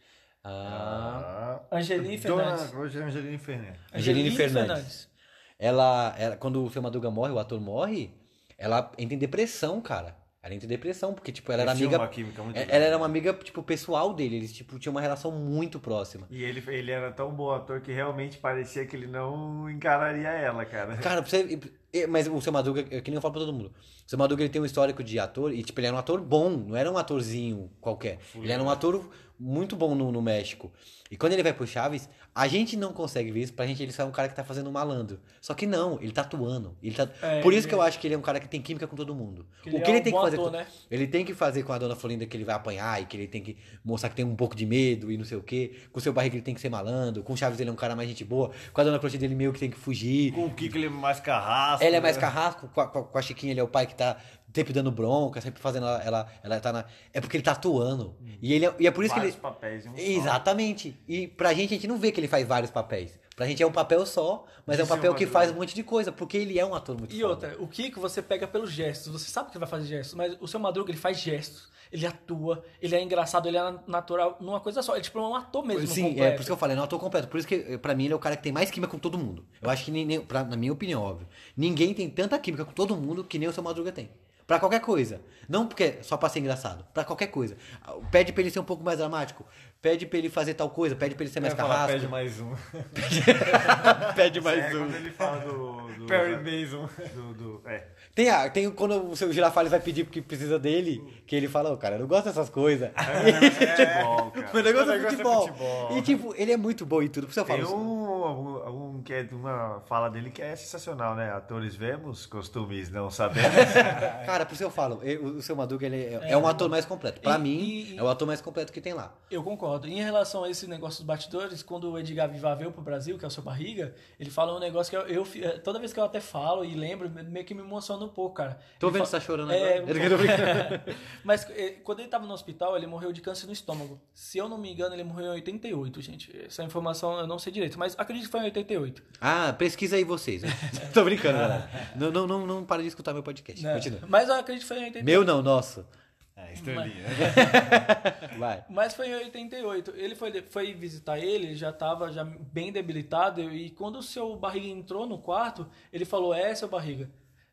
A: A
D: Ah,
B: Angeline
D: Dona
B: Fernandes.
D: Angelina Fernandes.
A: Angeline Fernandes. Ela, ela- quando o seu Madruga morre, o ator morre, ela entra em depressão, cara. Ela entra em depressão, porque, tipo, ela era
D: Eles tinham
A: amiga. é,
D: uma química muito
A: ela
D: grande.
A: era uma amiga, tipo, pessoal dele. Eles, tipo, tinham uma relação muito próxima.
C: E ele, ele era tão bom ator que realmente parecia que ele não encararia ela, cara.
B: né?
A: Cara, pra você. é, Mas o seu Madruga, é que nem eu falo pra todo mundo. O seu Madruga ele tem um histórico de ator, e tipo, ele era um ator bom, não era um atorzinho qualquer. Ele
B: né?
A: era um ator muito bom no, no México. E quando ele vai pro Chaves, a gente não consegue ver isso, pra gente ele só é um cara que tá fazendo um malandro. Só que não, ele tá atuando. Ele tá...
B: É,
A: Por isso
B: ele-
A: que eu acho que ele é um cara que tem química com todo mundo.
B: Que
A: o
B: ele
A: que
B: é
A: ele
B: um
A: tem que
B: bom
A: fazer.
B: ator,
A: com...
B: né?
A: Ele tem que fazer com a dona Florinda que ele vai apanhar e que ele tem que mostrar que tem um pouco de medo e não sei o quê. Com o seu barriga ele tem que ser malandro. Com o Chaves ele é um cara mais gente boa. Com a dona Clotilde ele meio que tem que fugir.
D: Com o Kiko ele é mais carrasco.
C: né?
A: Ela
D: né?
A: é mais carrasco, com a, com a- com a Chiquinha ele é o pai que tá sempre dando bronca, sempre fazendo ela, ela, ela tá na... É porque ele tá atuando. E, ele é, e é por isso
C: Hum. Vários
A: que ele...
C: papéis. em Um só.
A: Exatamente. E pra gente, a gente não vê que ele faz vários papéis. Pra gente é um papel só, mas é um
C: Dizem
A: papel
C: uma
A: que
C: do-
A: faz um monte de coisa, porque ele é um ator muito
B: E
A: foda.
B: outra, o Kiko você pega pelos gestos. Você sabe que ele vai fazer gestos, mas o seu Madruga ele faz gestos, ele atua, ele é engraçado, ele é natural numa coisa só. Ele tipo, é um ator mesmo.
A: Sim, é
B: completo.
A: por isso que eu falei, não, eu tô completo. Por isso que, eh, pra mim, ele é o cara que tem mais química com todo mundo. Eu acho que, nem, nem- pra- na minha opinião, óbvio, ninguém tem tanta química com todo mundo que nem o seu Madruga tem. Pra qualquer coisa. Não porque só pra ser engraçado. Pra qualquer coisa. Ah, Pede pra ele ser um pouco mais dramático. Pede pra ele fazer tal coisa. Pede pra ele ser mais
D: Eu ia falar,
A: carrasco.
D: Pede mais um.
A: Pede
C: É
A: um.
C: quando ele fala do. do
D: Perry Mason.
C: do, do- é.
A: Tem, a, tem o- quando o seu Girafales vai pedir porque precisa dele, que ele fala, ô cara, eu não gosto dessas coisas.
C: É futebol, cara.
A: Meu negócio
D: Meu
A: é
D: negócio é
A: futebol.
D: futebol.
A: E tipo, ele é muito bom e tudo. Por isso eu
C: Tem
A: falo.
C: um, algum- algum que é de uma fala dele que é sensacional, né? Atores vemos, costumes não sabemos.
A: Cara, por isso eu falo, eu- o seu Madruga ele é, é um ator mais completo. Pra
B: E-
A: mim,
B: e-
A: é o ator mais completo que tem lá.
B: Eu concordo. Em relação a esse negócio dos bastidores, quando o Edgar Vivar veio pro Brasil, que é o seu barriga, ele fala um negócio que eu, eu fi- eh, toda vez que eu até falo e lembro, me- meio que me emociona um pouco, cara.
A: Tô
B: Ele
A: vendo que
B: fa-
A: você tá chorando
B: É,
A: agora.
B: um pouco. Mas eh, quando ele tava no hospital, ele morreu de câncer no estômago. Se eu não me engano, ele morreu em 88, gente. Essa informação eu não sei direito, mas acredito que foi em 88.
A: Ah, pesquisa aí vocês. né? Tô brincando, galera. Não, não, não, não para de escutar meu podcast.
B: Né?
A: Continua.
B: Mas eu acredito que foi em 88.
A: Meu não, nosso.
D: Ah, estrelinha.
A: é. Vai.
B: Mas foi em 88. Ele foi, foi visitar ele, ele já tava já bem debilitado. E quando o seu barriga entrou no quarto, ele falou: É, seu barriga,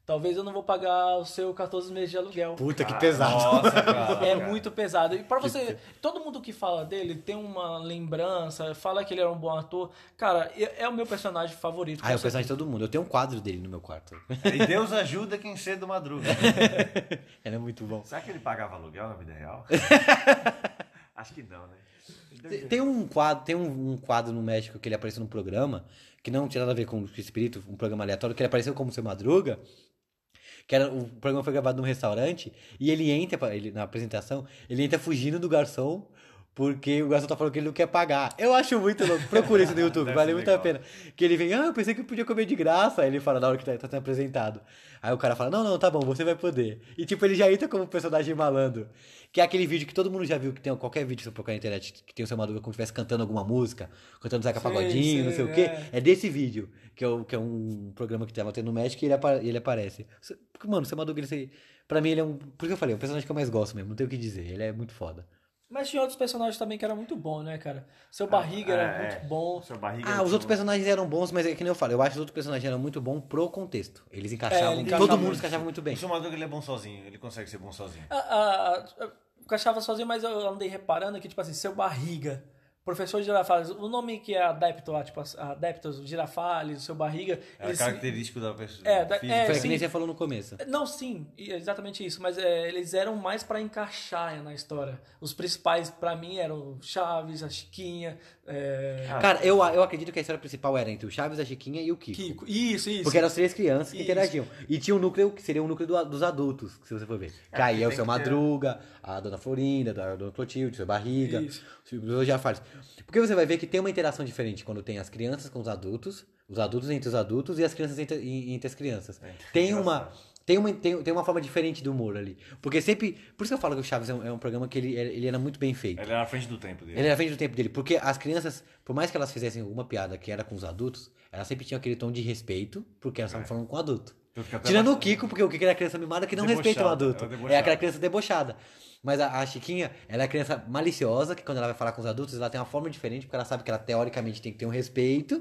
B: talvez eu não vou pagar o seu 14 meses de aluguel.
A: Puta que pesado.
D: Nossa, cara.
B: É muito pesado. E pra você, todo mundo que fala dele tem uma lembrança, fala que ele era um bom ator. Cara, é, é o meu personagem favorito.
A: Ah, é o personagem de todo mundo. Eu tenho um quadro dele no meu quarto.
D: E Deus ajuda quem cedo madruga.
A: Ele é muito bom.
C: Será que ele pagava aluguel na vida real? Acho que não, né?
A: Tem- Tem um quadro, tem um, um quadro no México que ele apareceu num programa, que não tinha nada a ver com o espírito, um programa aleatório, que ele apareceu como seu madruga. Que era, um, o programa foi gravado num restaurante e ele entra, pra- ele, na apresentação, ele entra fugindo do garçom, porque o garçom tá falando que ele não quer pagar. Eu acho muito louco. Procura isso no YouTube,
D: Deve
A: vale
D: ser
A: muito a
D: legal.
A: pena. Que ele vem, ah, eu pensei que eu podia comer de graça. Aí ele fala na hora que tá, tá sendo apresentado. Aí o cara fala, não, não, tá bom, você vai poder. E tipo, ele já entra como personagem malandro. Que é aquele vídeo que todo mundo já viu, que tem qualquer vídeo que você procurar na internet, que tem o seu Madruga como se estivesse cantando alguma música, cantando Zeca
B: Sei,
A: Pagodinho, não
B: sei,
A: sei o quê.
B: é.
A: É desse vídeo, que é, o- que é um programa que tava tendo no Magic e ele, apa- ele aparece. Você- porque, Mano, o seu Madruga, ele, se- pra mim, ele é um. Por isso que eu falei, é o personagem que eu mais gosto mesmo, não tem o que dizer, ele é muito foda.
B: Mas tinha outros personagens também que era muito bom, né, cara? Seu barriga era
C: É,
B: muito
C: é.
B: bom.
C: Seu barriga
A: Ah,
C: ele
A: os outros
C: falou-
A: personagens eram bons, mas é que nem eu falo, eu acho que os outros personagens eram muito bons pro contexto. Eles encaixavam,
B: É, encaixava
A: todo mundo
B: muito.
A: encaixava muito bem.
D: O seu madruga ele é bom sozinho. Ele consegue ser bom sozinho.
B: A- a- a- Ah, eu achava sozinho, mas eu andei reparando que, tipo assim, seu barriga. Professor Girafales, o nome que é adepto lá, tipo, adeptos, Girafales, seu barriga.
D: É
B: eles-
D: característico da pessoa.
B: É, da-
D: física.
B: é,
A: Foi que nem
B: sim.
A: você falou no começo.
B: Não, sim, e é exatamente isso, mas é, eles eram mais pra encaixar na história. Os principais, pra mim, eram o Chaves, a Chiquinha,
F: É,
B: Ah,
A: Cara, eu, eu acredito que a história principal era entre o Chaves, a Chiquinha e o Kiko.
F: Kiko. Isso, isso.
A: Porque eram as três crianças que
F: Isso.
A: interagiam. E tinha um núcleo que seria um núcleo do- dos adultos, se você for ver. Que aí é o
C: tem
A: seu
C: que ter-
A: Madruga, a dona Florinda, a dona Clotilde, o seu Barriga,
F: Isso.
A: os os Jafares. Porque você vai ver que tem uma interação diferente quando tem as crianças com os adultos, os adultos entre os adultos e as crianças entre, e- entre as crianças. tem uma. Tem uma, tem, tem uma forma diferente do humor ali. Porque sempre. Por isso que eu falo que o Chaves é um, é um programa que ele, ele era muito bem feito.
D: Ele é na frente do tempo dele.
A: Ele era à frente do tempo dele, porque as crianças, por mais que elas fizessem alguma piada que era com os adultos, elas sempre tinham aquele tom de respeito, porque elas estavam falando com o adulto.
D: Tanto que É. até
A: Tirando
D: ela-
A: o Kiko, porque o Kiko era a criança mimada que não
D: Debochada,
A: respeita o
D: ela é
A: adulto.
D: debochada.
A: É aquela criança debochada. Mas a, a Chiquinha, ela é a criança maliciosa, que quando ela vai falar com os adultos, ela tem uma forma diferente, porque ela sabe que ela teoricamente tem que ter um respeito,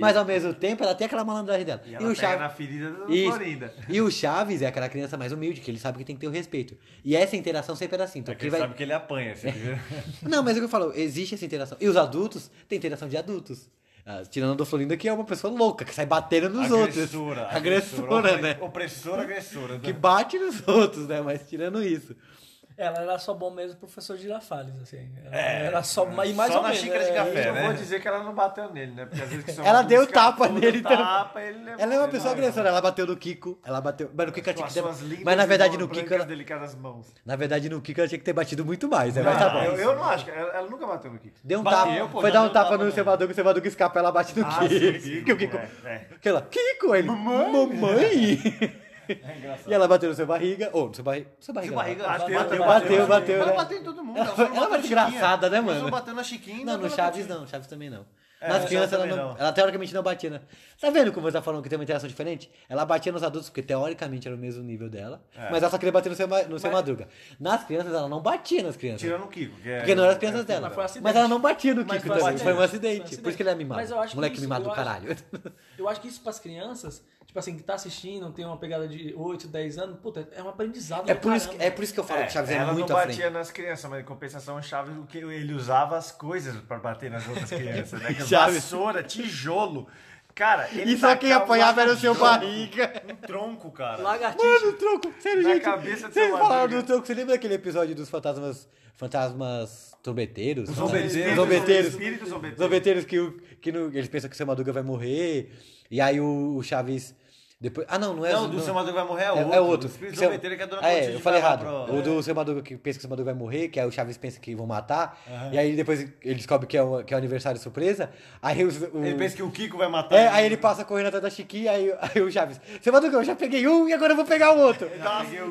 A: mas ao mesmo tempo ela tem aquela malandragem dela.
C: E ela
A: é- o
C: pega
A: Chaves-
C: na ferida da
A: Isso.
C: Florinda.
A: E o Chaves é aquela criança mais humilde, que ele sabe que tem que ter o respeito. E essa interação sempre era assim. Então,
D: É que
A: quem
D: ele
A: vai...
D: sabe que ele apanha, você viu?
A: Não, mas é o que eu falo, existe essa interação. E os adultos têm interação de adultos. Ah, tirando a do Florinda, que é uma pessoa louca, que sai batendo nos
D: Agressora,
A: outros.
D: agressora,
A: Agressora, né?
D: Opressora, agressora.
A: Que bate nos outros, né? Mas tirando isso.
B: Ela era só bom mesmo professor Girafales, assim. Ela era só. E mais
D: É, só
B: ou
D: na
B: menos,
D: xícara de
B: é,
D: café.
C: Eu não
D: né?
C: vou dizer que ela não bateu nele, né? Porque às vezes que são
A: Ela
C: uns
A: deu tapa
C: caras
A: nele
C: tudo
A: também.
C: tapa, ele
A: Ela é uma pessoa
C: vai,
A: agressora, ela bateu no Kiko, ela bateu. Mas no Kiko ela
C: Com
A: tinha
C: as
A: que ter.
C: suas lindas
A: Mas na
C: e
A: verdade no
C: mãos
A: Kiko
C: brancas,
A: ela...
C: delicadas mãos.
A: Na verdade no Kiko ela tinha que ter batido muito mais, né?
D: Ah,
A: Mas tá
C: Não,
A: bom.
C: eu, eu não acho. que- Ela, ela nunca bateu no Kiko.
A: Deu um
D: Bateu,
A: tapa.
D: pô,
A: foi
D: já
A: dar um
D: deu
A: tapa
D: tapa
A: no
D: nele.
A: seu Madruga, o seu Madruga escapa, ela bate no
C: Ah,
A: Kiko.
C: sim,
A: que o Kiko.
C: é, é.
A: que ela, Kiko, ele. Mamãe! e ela bateu no seu barriga. Ou no seu barriga. Seu barriga. não.
D: Bateu,
A: bateu, bateu, bateu,
D: Ela
A: né?
D: bateu em todo mundo.
A: Ela
D: só não
A: foi- ela
D: bateu
A: foi
D: na Chiquinha.
A: desgraçada, né,
D: Ela
A: mano?
D: só bateu na Chiquinha.
A: Não, no
D: ela
A: Chaves não, Chaves também não.
D: É,
A: Nas
D: no
A: crianças
D: Chaves
A: ela,
D: também
A: não-
D: não.
A: ela teoricamente não batia, né? Tá vendo como você tá falando que tem uma interação diferente? Ela batia nos adultos, porque teoricamente era o mesmo nível dela, mas ela só queria bater no seu, ma- no seu madruga. Nas crianças ela não batia nas crianças.
D: Tirando o Kiko. que é-
A: Porque não eram as crianças dela.
B: mas foi um acidente.
A: ela não batia no
B: Mas
A: Kiko
B: foi um
A: também. Foi um
B: acidente.
A: acidente.
B: Foi um
A: Por isso que ele é
B: acidente.
A: mimado.
B: Mas eu acho que
A: Moleque
B: isso-
A: mimado
B: eu
A: do
B: acho-
A: caralho.
B: Eu acho que isso pras crianças, tipo assim, que tá assistindo, tem uma pegada de 8, 10 anos, puta, é um aprendizado.
A: É
B: do
A: por, isso que,
B: caramba.
A: é por isso que eu falo que Chaves é
C: ela
A: muito
C: não
A: à
C: batia
A: frente.
C: nas crianças, mas em compensação, o Chaves, o que ele usava as coisas pra bater nas outras crianças, né? Que
A: Chaves.
C: Vassoura, tijolo. Cara, ele
A: E só
C: tacava
A: quem apanhava era o seu
C: tijolo
A: barriga.
D: Um tronco,
B: é
D: cara.
A: Mano, o tronco, sério,
C: Na
A: gente.
C: cabeça do
A: vocês
C: seu
A: falaram
C: Madruga.
A: do tronco, você lembra aquele episódio dos fantasmas. Fantasmas trombeteiros? Os
D: zombeteiros.
A: Os zombeteiros.
C: Espíritos zombeteiros.
A: Os zombeteiros que, o- que no- eles pensam que o seu Madruga vai morrer. E aí o, o Chaves. Depois, ah, não, não é
D: Não, o do seu Madruga vai morrer é outro.
A: É, é outro.
D: O espírito
A: Que seu-
D: zombeteiro que a dona
A: Ah, é,
D: Clotilde
A: eu falei
D: vai lá
A: errado.
D: pro- É.
A: O do seu Madruga que pensa que o seu Madruga vai morrer, que aí o Chaves pensa que vão matar. E aí depois ele descobre que é o, que é o aniversário surpresa. Aí os- o,
D: Ele pensa que o Kiko vai matar
A: é, aí ele passa correndo atrás da Chiquinha, aí, aí o Chaves, seu Madruga, eu já peguei um e agora eu vou pegar o outro.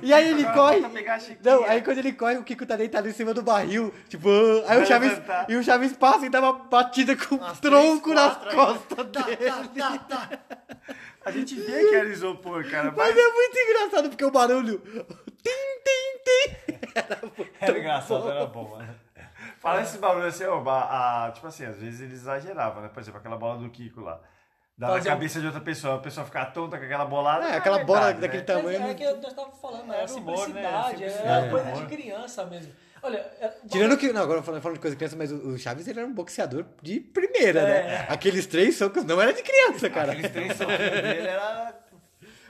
A: E aí ele
C: agora
A: corre.
C: tenta pegar a Chiquinha.
D: é.
A: Não, aí quando ele corre, o Kiko tá deitado em cima do barril. Tipo, ah, aí o
C: Vai
A: Chaves.
C: levantar.
A: E o Chaves passa e dá uma batida com um tronco nas costas
D: Tá,
A: dele.
C: A gente vê que era isopor, cara.
A: Mas
C: Mas...
A: é muito engraçado, porque o barulho. Tim, tim, tim. Era muito
D: Era engraçado, era bom. né?
C: Fala esse barulho assim, ó, a- a- tipo assim, às vezes ele exagerava, né? Por exemplo, aquela bola do Kiko lá. Dava na
F: Fazia um-
C: cabeça de outra pessoa, a pessoa ficar tonta com aquela bolada.
A: É, aquela
C: verdade,
A: bola
C: né?
A: daquele
B: Mas
A: tamanho.
B: É que nós estávamos falando, é a
D: humor, né? Era
B: simplicidade,
D: simplicidade,
B: é coisa de criança mesmo. Olha, é-
A: Tirando que. Não, agora falando, falando de coisa de criança, mas o, o Chaves ele era um boxeador de primeira, né? Aqueles três socos não era de criança, cara.
D: Aqueles três socos dele era...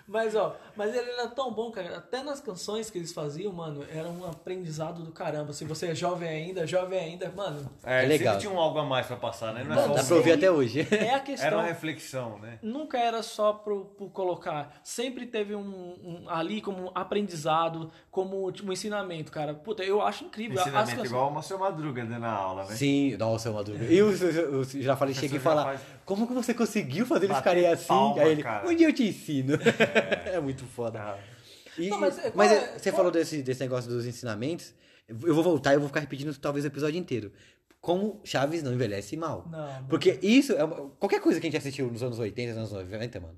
B: Mas ó, mas ele era tão bom, cara. Até nas canções que eles faziam, mano, era um aprendizado do caramba. Se você é jovem ainda, jovem ainda, mano,
A: É
D: ele
A: legal.
D: Sempre tinha um algo a mais pra passar, né? Não
C: é
D: era
A: Dá
D: só
A: pra
D: um-
A: ouvir até hoje.
B: é a
D: Era
B: questão.
C: um
D: uma reflexão, né?
B: Nunca era só pro, por colocar. Sempre teve um, um- ali como um aprendizado, como tipo, um ensinamento, cara. Puta, eu acho incrível. As
C: Ensinamento
B: canções-
C: igual uma seu madruga dando a aula, né?
A: Sim, nossa, é uma dúvida. E o, o, o Girafale chega e fala:
C: Girafales.
A: Como que você conseguiu fazer eles
C: Bater
A: ficarem assim?
C: palma,
A: Aí ele:
C: cara.
A: Um dia eu te ensino. É, muito foda. E-
B: Não, mas,
A: mas
B: é, qual
A: é,
B: é-
A: você
B: qual-
A: falou desse, desse negócio dos ensinamentos. Eu vou voltar e eu vou ficar repetindo talvez o episódio inteiro. Como Chaves não envelhece mal.
B: Não.
A: Porque isso é uma- qualquer coisa que a gente assistiu nos anos 80, nos anos 90, mano.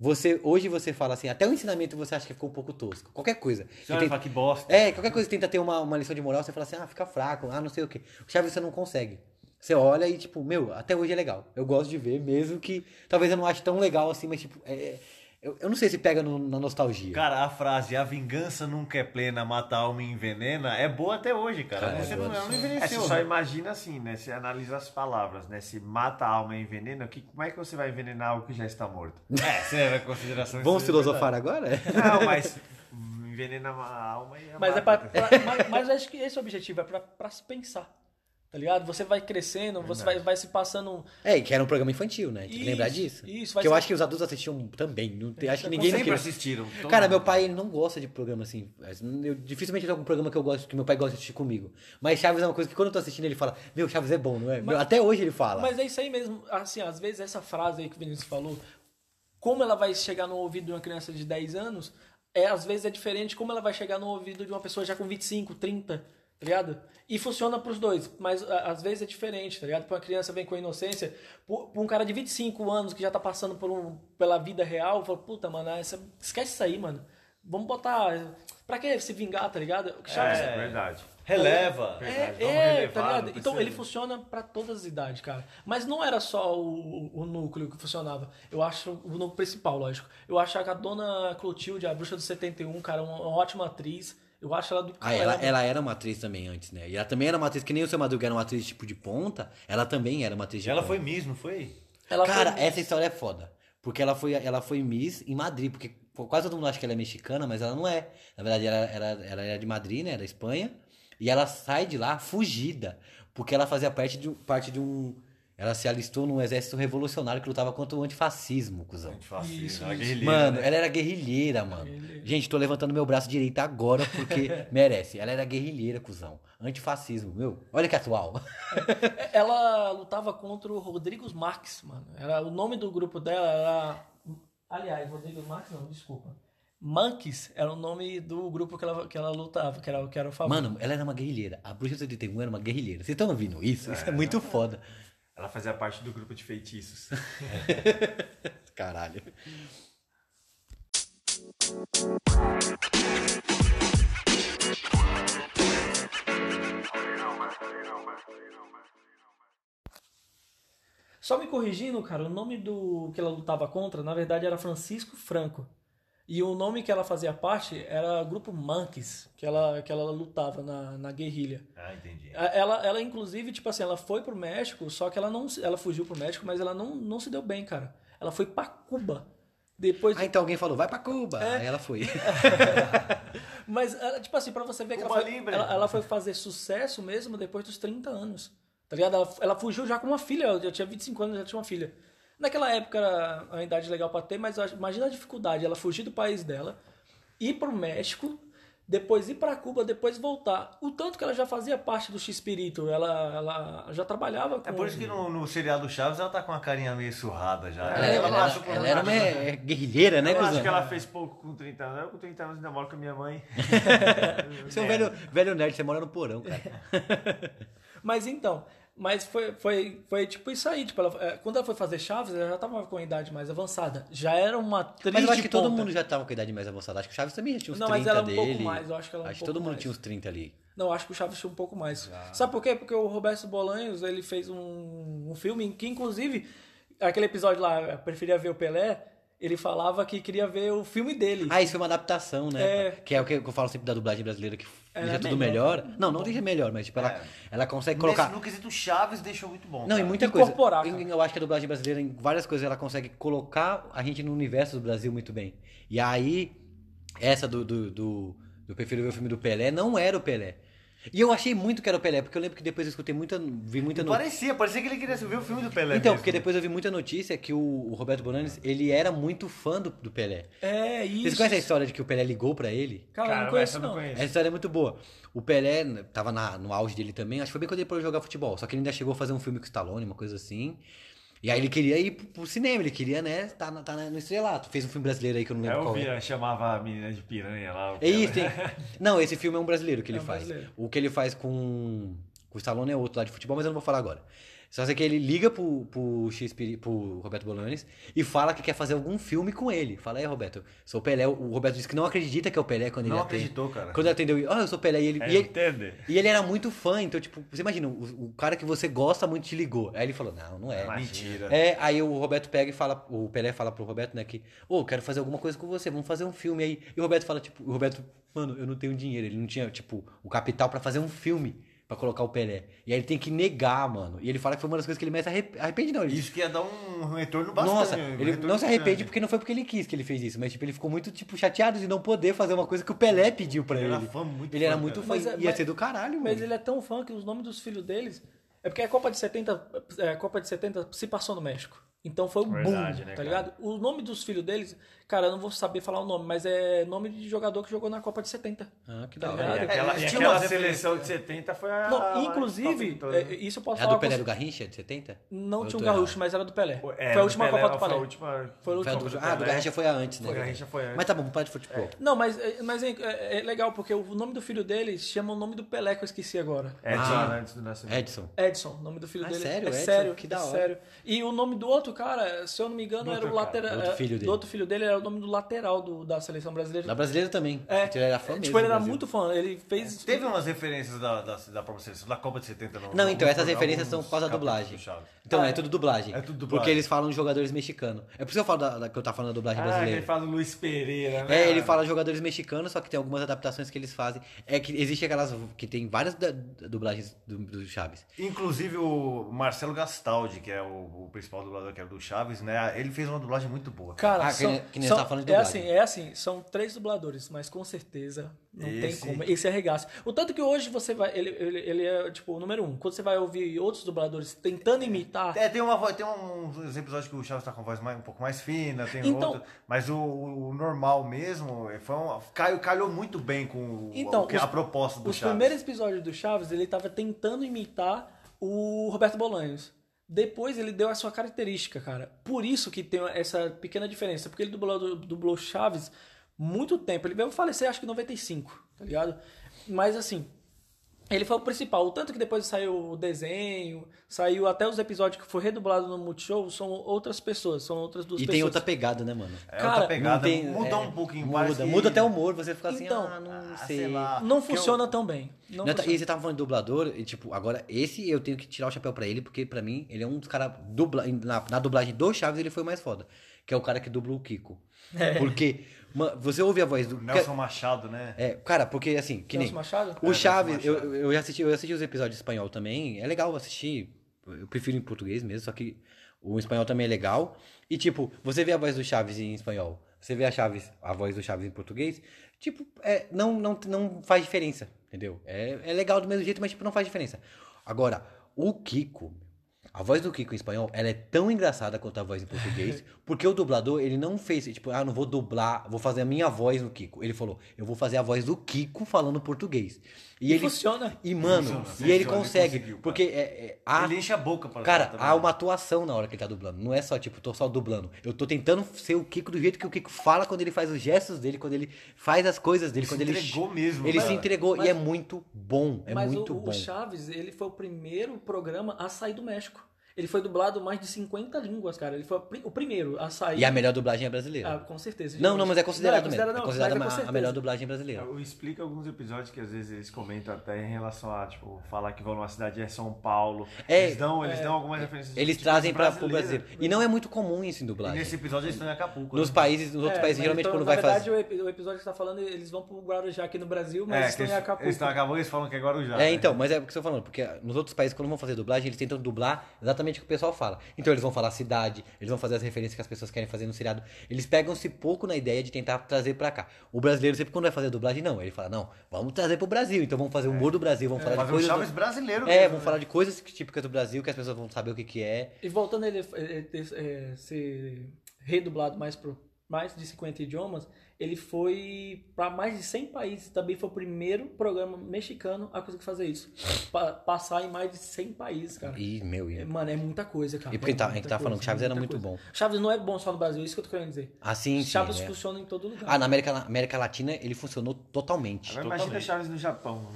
A: Você hoje você fala assim, até o ensinamento você acha que ficou um pouco tosco. Qualquer coisa.
D: Você
A: Que
D: olha e
A: tem-
D: fala que bosta.
A: é, qualquer coisa que tenta ter uma, uma lição de moral, você fala assim, ah, fica fraco, ah, não sei o quê. O Chaves você não consegue. Você olha e, tipo, meu, até hoje é legal. Eu gosto de ver, mesmo que talvez eu não ache tão legal assim, mas, tipo, é- é- eu, eu não sei se pega no- na nostalgia.
D: Cara, a frase a vingança nunca é plena, mata a alma e envenena é boa até hoje, cara.
A: Cara,
D: você
A: é
D: não,
A: boa.
D: ela não
C: É, você
D: envelheceu.
C: só
D: né?
C: imagina assim, né? Você analisa as palavras, né? Se mata a alma e envenena, o que, como é que você vai envenenar algo que já está morto?
D: É, você leva em consideração
A: Vamos
D: isso aí, é
A: filosofar agora?
C: Não, mas envenena a alma e a
B: Mas, é
C: mata.
B: pra, pra- mas, mas acho que esse é o objetivo, é pra, pra se pensar. Tá ligado? Você vai crescendo, você vai, vai se passando.
A: É, e que era um programa infantil, né? Tem que lembrar
B: Isso,
A: disso.
B: isso, vai
A: Porque eu
B: ser-
A: acho que os adultos assistiam também. Não tem, acho que ninguém não queria.
D: Sempre assistiram. todo
A: Cara,
D: mundo.
A: meu pai ele não gosta de programa assim. Eu, dificilmente tem algum programa que eu gosto que meu pai gosta de assistir comigo. Mas Chaves é uma coisa que quando eu tô assistindo ele fala: Meu, Chaves é bom, não é? Meu, Até hoje ele fala.
B: Mas é isso aí mesmo. Assim, às vezes essa frase aí que o Vinícius falou, como ela vai chegar no ouvido de uma criança de 10 anos, é, às vezes é diferente como ela vai chegar no ouvido de uma pessoa já com 25, 30, tá ligado? E funciona pros dois, mas a- às vezes é diferente, tá ligado? Pra uma criança vem com a inocência, pra pra um cara de 25 anos que já tá passando por um- pela vida real, fala, puta, mano, essa- esquece isso aí, mano. Vamos botar. Pra que se vingar, tá ligado? Chaves,
C: É, verdade.
D: Releva.
B: é,
D: Dá uma
B: é,
D: relevada,
B: tá ligado?
D: não
B: Então
D: precisa-
B: ele funciona pra todas as idades, cara. Mas não era só o, o núcleo que funcionava. Eu acho o núcleo principal, lógico. Eu acho que a dona Clotilde, a bruxa do 71, cara, uma, uma ótima atriz. Eu acho ela do
A: Ah, ela,
B: caramba.
A: ela era uma atriz também antes, né? E ela também era uma atriz, que nem o seu Madruga era uma atriz tipo de ponta, ela também era uma atriz de
C: É.
D: Ela
A: ponta.
D: foi Miss, não foi?
B: Ela foi- um-
A: Cara, essa história é foda. Porque ela foi, ela foi Miss em Madrid, porque quase todo mundo acha que ela é mexicana, mas ela não é. Na verdade, ela, ela, ela era de Madrid, né? Da Espanha. E ela sai de lá fugida, porque ela fazia parte de, um- parte de um. Ela se alistou num exército revolucionário que lutava contra o antifascismo, cuzão.
D: Fascina,
B: Isso,
D: ela é
B: isso.
D: guerrilheira,
A: Mano,
D: né?
A: ela era guerrilheira, mano. Gente, tô levantando meu braço direito agora porque merece. Ela era guerrilheira, cuzão. Antifascismo, meu. Olha que atual.
B: Ela lutava contra o Rodrigues Marques, mano. Era, o nome do grupo dela era. Aliás, Rodrigues Marques não, desculpa. Manques era o nome do grupo que ela, que ela lutava, que era, que era o famoso.
A: Mano, ela era uma guerrilheira. A Bruxa 71 era uma guerrilheira. Vocês estão ouvindo isso? Isso é muito foda.
C: Ela fazia parte do grupo de feitiços.
A: Caralho.
B: Só me corrigindo, cara, o nome do que ela lutava contra, na verdade, era Francisco Franco. E o nome que ela fazia parte era Grupo Manques, que ela, que ela lutava na, na guerrilha.
D: Ah,
C: É.
D: entendi.
B: A- Ela, ela, inclusive, tipo assim, ela foi pro México, só que ela não se- ela fugiu pro México, mas ela não, não se deu bem, cara. Ela foi pra Cuba. Depois.
A: Ah, então alguém falou, vai pra Cuba. Aí ela foi.
B: Mas, ela, tipo assim, pra você ver que ela
D: Cuba
B: foi,
D: Libre.
B: ela, ela foi fazer sucesso mesmo depois dos 30 anos. Tá ligado? Ela, ela fugiu já com uma filha, ela já tinha 25 anos, já tinha uma filha. Naquela época era a idade legal pra ter, mas eu acho- imagina a dificuldade, ela fugir do país dela, ir pro México, depois ir pra Cuba, depois voltar. O tanto que ela já fazia parte do X-Pirito, ela, ela já trabalhava com...
D: É por isso que no, no seriado Chaves ela tá com uma carinha meio surrada já.
A: Ela, ela-
D: passa por
A: ela
D: um
A: era
D: lado-
A: uma é, guerrilheira, né,
C: Eu acho
A: cuzão?
C: que ela fez pouco com 30 anos. Eu com 30 anos ainda moro com a minha mãe.
A: Seu é um velho, velho nerd, você mora no porão, cara.
B: Mas então, mas foi, foi, foi tipo isso aí. Tipo, ela- é, quando ela foi fazer Chaves, ela já tava com a idade mais avançada. Já era uma atriz
A: Mas eu acho
B: de
A: que todo
B: ponta.
A: mundo já tava com a idade mais avançada. Acho que o Chaves também já tinha uns
B: Não,
A: 30
B: mas ela é um
A: dele.
B: pouco mais, eu acho que ela é um
A: Acho que
B: pouco
A: todo mundo
B: mais.
A: tinha uns 30 ali.
B: Não, acho que o Chaves tinha um pouco mais. Sabe por quê? Porque o Roberto Bolanhos, ele fez um, um filme em que, inclusive, aquele episódio lá, eu preferia ver o Pelé, ele falava que queria ver o filme dele.
A: Ah, isso foi uma adaptação, né?
B: É.
A: Que é o que eu falo sempre da dublagem brasileira, que
B: Ela
A: deixa
B: é
A: tudo
B: melhor.
A: melhor. Não, não deixa melhor, mas tipo, ela,
D: É.
A: ela consegue
D: Nesse-
A: colocar...
D: No quesito Chaves deixou muito bom.
A: Não, e
D: cara.
A: muita
B: Incorporar,
A: coisa.
B: cara.
A: Eu, eu acho que a dublagem brasileira, em várias coisas, ela consegue colocar a gente no universo do Brasil muito bem. E aí, essa do, do, do, do Prefiro Ver o Filme do Pelé não era o Pelé. E eu achei muito que era o Pelé, porque eu lembro que depois eu escutei muita. Vi muita no-
D: Parecia, parecia que ele queria ver o filme do Pelé.
A: Então,
D: mesmo. né?
A: porque depois eu vi muita notícia que o, o Roberto Bonanis, ele era muito fã do, do Pelé.
B: É isso.
A: Vocês conhecem a história de que o Pelé ligou pra ele?
B: Cara, eu não conheço
C: essa eu
B: não.
A: Essa história é muito boa. O Pelé né, tava na- no auge dele também, acho que foi bem quando ele parou de jogar futebol. Só que ele ainda chegou a fazer um filme com o Stallone, uma coisa assim. E aí ele queria ir pro, pro cinema, ele queria, né, tá, na- tá na- no estrelato. Fez um filme brasileiro aí que eu não
C: É
A: lembro
C: o
A: qual é.
C: Vira, chamava a menina de piranha lá. o
A: É isso, tem... Não, esse filme é um brasileiro que ele
B: É um
A: faz.
B: brasileiro.
A: O que ele faz com... com o Stallone é outro lá de futebol, mas eu não vou falar agora. Só sei que ele liga pro, pro, X, pro Roberto Bolanes e fala que quer fazer algum filme com ele. Fala aí, Roberto, sou o Pelé. O Roberto disse que não acredita que é o Pelé quando
D: Não
A: ele atende.
D: acreditou, cara.
A: Quando ele atendeu, ah, eu sou o Pelé. E ele,
C: É,
A: e ele-
C: entende?
A: e ele era muito fã, então, tipo, você imagina, o, o cara que você gosta muito te ligou. Aí ele falou, não, não é.
D: Mentira.
A: É, aí o Roberto pega e fala, o Pelé fala pro Roberto, né, que, ô, quero fazer alguma coisa com você, vamos fazer um filme aí. E o Roberto fala, tipo, o Roberto, mano, eu não tenho dinheiro, ele não tinha, tipo, o capital pra fazer um filme pra colocar o Pelé. E aí ele tem que negar, mano. E ele fala que foi uma das coisas que ele mais se arrep- arrepende, não. Ele
D: Isso que ia dar um retorno bastante.
A: nossa,
D: um
A: ele
D: retorno
A: não se
D: grande.
A: arrepende porque não foi porque ele quis que ele fez isso, mas tipo, ele ficou muito tipo chateado de não poder fazer uma coisa que o Pelé pediu pra
D: Ele
A: ele.
D: era fã, muito
A: ele
D: fã,
A: era muito
D: cara.
A: fã,
B: Mas é-
A: ia
B: mas-
A: ser do caralho, mano.
B: Mas ele é tão fã que os nomes dos filhos deles É porque a Copa de 70, é, a Copa de 70 se passou no México. Então foi um
C: Verdade,
B: boom,
C: né,
B: tá
C: cara?
B: ligado? O nome dos filhos deles, cara, eu não vou saber falar o nome, mas é nome de jogador que jogou na Copa de 70.
A: Ah, que
B: Tá
A: da
B: ligado?
A: hora.
C: E aquela,
D: É,
C: e
D: tinha
C: aquela
D: umas
C: seleção de 70 foi
A: Ah,
C: a.
B: Não,
C: a mais top
B: inclusive,
C: de todas,
B: é,
C: né?
B: isso eu posso
A: É a
B: falar.
A: do Pelé
B: com-
A: do Garrincha, de 70?
B: Não
A: Eu
B: tinha
A: tô
B: um Garrucho,
A: errado.
B: mas era do Pelé.
C: É,
B: foi a última
C: Pelé
B: Copa do
C: Foi
B: Pelé.
C: a
B: Foi a
C: última. Copa
A: Foi a
B: última
A: do-
C: do
A: Ah, do
C: Pelé.
A: Garrincha foi a antes, né?
C: Foi a Garrincha foi antes.
A: Mas tá bom, vamos parar de futebol.
B: Não, mas, é- mas é, é- é legal, porque o nome do filho dele chama o nome do Pelé, que eu esqueci agora.
C: É,
A: Ah.
C: tinha antes do nascimento.
A: Edson.
B: Edson, o nome do filho
A: Ah,
B: dele.
A: sério?
B: É
A: Edson?
B: sério,
A: Que da
B: é
A: hora.
B: sério. E o nome do outro cara, se eu não me engano,
C: Do
B: era o
C: outro cara,
B: lateral.
A: do
B: é,
A: outro filho dele.
B: outro filho dele era o nome do lateral do- da seleção brasileira.
A: Da brasileira também.
B: É,
A: Ele era fã mesmo.
B: tipo, ele
A: do
B: era
A: Brasil.
B: muito fã. Ele
C: É,
B: fez.
D: Teve umas referências da, da, da própria seleção, da Copa de 70. No,
A: Não, então,
D: no-
A: essas
D: no-
A: referências são
D: alguns
A: por causa da
D: capítulos
A: dublagem.
D: do Chaves.
A: Então,
B: Ah,
A: é tudo dublagem.
D: é tudo
A: Porque
D: dublagem.
A: eles falam de jogadores mexicanos. É por isso que eu falo da, da- que eu tava falando da dublagem
C: Ah, que ele
A: brasileira.
C: fala do Luiz Pereira, né?
A: É, ele fala jogadores mexicanos, só que tem algumas adaptações que eles fazem. É que existe aquelas. que tem várias da- dublagens do, do Chaves.
D: Inclusive o Marcelo Gastaldi, que é o, o principal dublador que era do Chaves, né? Ele fez uma dublagem muito boa.
B: Cara,
A: Ah, que
B: são,
A: nem- que nem
B: são-
A: você tá falando de
B: é
A: dublagem.
B: assim, é assim, são três dubladores, mas com certeza não
D: Esse-
B: tem como. Esse arregaço. O tanto que hoje você vai. Ele, ele, ele é tipo o número um. Quando você vai ouvir outros dubladores tentando imitar.
D: É, tem, uma, vo- tem uns episódios que o Chaves tá com a voz mais- um pouco mais fina, tem
B: Então-
D: outro. Mas o, o normal mesmo foi um, calhou, calhou muito bem com o-
B: Então,
D: o que- é
B: os-
D: a proposta do
B: Os
D: Chaves.
B: primeiros episódios do Chaves, ele tava tentando imitar o Roberto Bolanhos. Depois ele deu a sua característica, cara. Por isso que tem essa pequena diferença. Porque ele dublou, dublou Chaves muito tempo. Ele veio falecer, acho que em 95, tá ligado? Mas assim, ele foi o principal. O tanto que depois saiu o desenho, saiu até os episódios que foi redublado no Multishow, são outras pessoas, são outras duas
A: E
B: pessoas.
A: tem outra pegada, né, mano?
D: É
B: Cara,
D: outra
B: não
D: pegada,
A: tem-
D: muda
A: é,
D: um pouquinho. parece
A: Muda,
D: que-
A: muda até o humor, você fica assim,
B: Então,
A: ah, não
D: ah,
A: sei.
D: sei lá.
B: Não
D: Porque eu-
B: funciona tão bem.
A: Não,
B: Não
A: tá-
B: funciona.
A: e você tava falando de dublador, e tipo, agora esse eu tenho que tirar o chapéu pra ele, porque pra mim ele é um dos caras. Dubla, na, na dublagem do Chaves ele foi o mais foda. Que é o cara que dubla o Kiko.
B: É.
A: Porque, ma- você ouve a voz do.
D: O Nelson Machado, né?
A: É, cara, porque assim, que
B: Nelson
A: nem.
B: Machado?
A: O
D: É,
A: Chaves,
D: Nelson Machado.
A: eu, eu já assisti, eu assisti os episódios em espanhol também. É legal assistir. Eu prefiro em português mesmo, só que o espanhol também é legal. E tipo, você vê a voz do Chaves em espanhol, você vê a Chaves, a voz do Chaves em português, tipo, é, não, não, não faz diferença, entendeu? É, é legal do mesmo jeito, mas tipo, não faz diferença. Agora, o Kiko, a voz do Kiko em espanhol, ela é tão engraçada quanto a voz em português, porque o dublador, ele não fez, tipo, ah, não vou dublar, vou fazer a minha voz no Kiko. Ele falou, eu vou fazer a voz do Kiko falando português. E,
B: E
A: ele
B: funciona.
A: E, mano, e ele
D: Funciona, funciona, ele
A: consegue,
D: conseguiu, cara.
A: porque é, é, a-
D: Ah, Ele enche a boca pra
A: Cara,
D: também,
A: há
D: né?
A: uma atuação na hora que ele tá dublando. Não é só, tipo, tô só dublando. Eu tô tentando ser o Kiko do jeito que o Kiko fala quando ele faz os gestos dele, quando ele faz as coisas dele,
D: Ele
A: quando
D: se
A: ele.
D: entregou mesmo.
A: Ele se
D: cara.
A: entregou
B: mas-
A: e é muito bom. É
B: Mas
A: muito
B: o,
A: bom.
B: o Chaves, ele foi o primeiro programa a sair do México. Ele foi dublado mais de 50 línguas, cara. Ele foi o pri- o primeiro a sair.
A: E a melhor dublagem é brasileira.
B: Ah, com certeza.
A: Não, não, mas é considerado
B: Não,
A: mesmo. É
B: não,
A: considerada
B: mas é com
A: a- a
B: certeza.
A: melhor dublagem brasileira.
C: Eu explico alguns episódios que às vezes eles comentam até em relação a, tipo, falar que vão numa cidade é São Paulo.
A: É,
C: eles dão, eles dão algumas referências.
A: Eles
C: tipo,
A: trazem pra, pro
C: brasileira.
A: Brasil. E não é muito comum isso em
D: E
A: dublagem.
D: nesse episódio eles estão em Acapulco.
A: Nos
D: né?
A: países, nos outros
B: É,
A: países,
B: mas
A: geralmente
B: então,
A: quando
B: na
A: vai fazer.
B: verdade, o epi- o episódio que você tá falando, eles vão pro Guarujá aqui no Brasil, mas
D: É, que
B: estão
D: eles,
B: em Acapulco.
D: eles estão em Acapulco, eles falam que é Guarujá.
C: Ah,
A: É,
D: né?
A: então, mas é o que você tá falando, porque nos outros países, quando vão fazer dublagem, eles tentam dublar exatamente o que o pessoal fala. Então eles vão falar cidade, eles vão fazer as referências que as pessoas querem fazer no seriado. Eles pegam-se pouco na ideia de tentar trazer pra cá. O brasileiro sempre quando vai fazer dublagem, não. Ele fala, não, vamos trazer pro Brasil, então vamos fazer o humor do Brasil,
C: É.
A: vamos falar de
D: Fazer um
A: coisas.
D: Chaves
A: do-
D: brasileiro
A: É,
D: mesmo,
A: vamos
D: né?
A: falar de coisas que- típicas do Brasil que as pessoas vão saber o que, que é.
B: E voltando ele eh, ter- eh, ser redublado mais pro mais de 50 idiomas, ele foi para mais de 100 países. Também foi o primeiro programa mexicano a conseguir fazer isso. Pa- passar em mais de 100 países, cara.
A: Ih, meu, e...
B: É, Mano, é muita coisa, cara.
A: E porque
B: é
A: tá- a
B: muita
A: gente tava falando que Chaves era muito bom.
B: Chaves não é bom só no Brasil, isso que eu tô querendo dizer.
A: Assim, sim,
B: Chaves
A: né?
B: funciona em todo lugar.
A: Ah, na América, na América Latina ele funcionou
B: É
A: totalmente.
C: Agora imagina Chaves no Japão.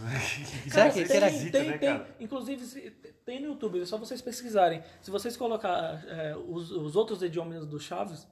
A: Será
B: Cara,
A: que- será que-
B: tem, tem,
A: é,
C: Esquisito,
B: tem,
C: né, cara?
B: Inclusive, se- tem no YouTube, é só vocês pesquisarem. Se vocês colocar é, os, os outros idiomas do Chaves,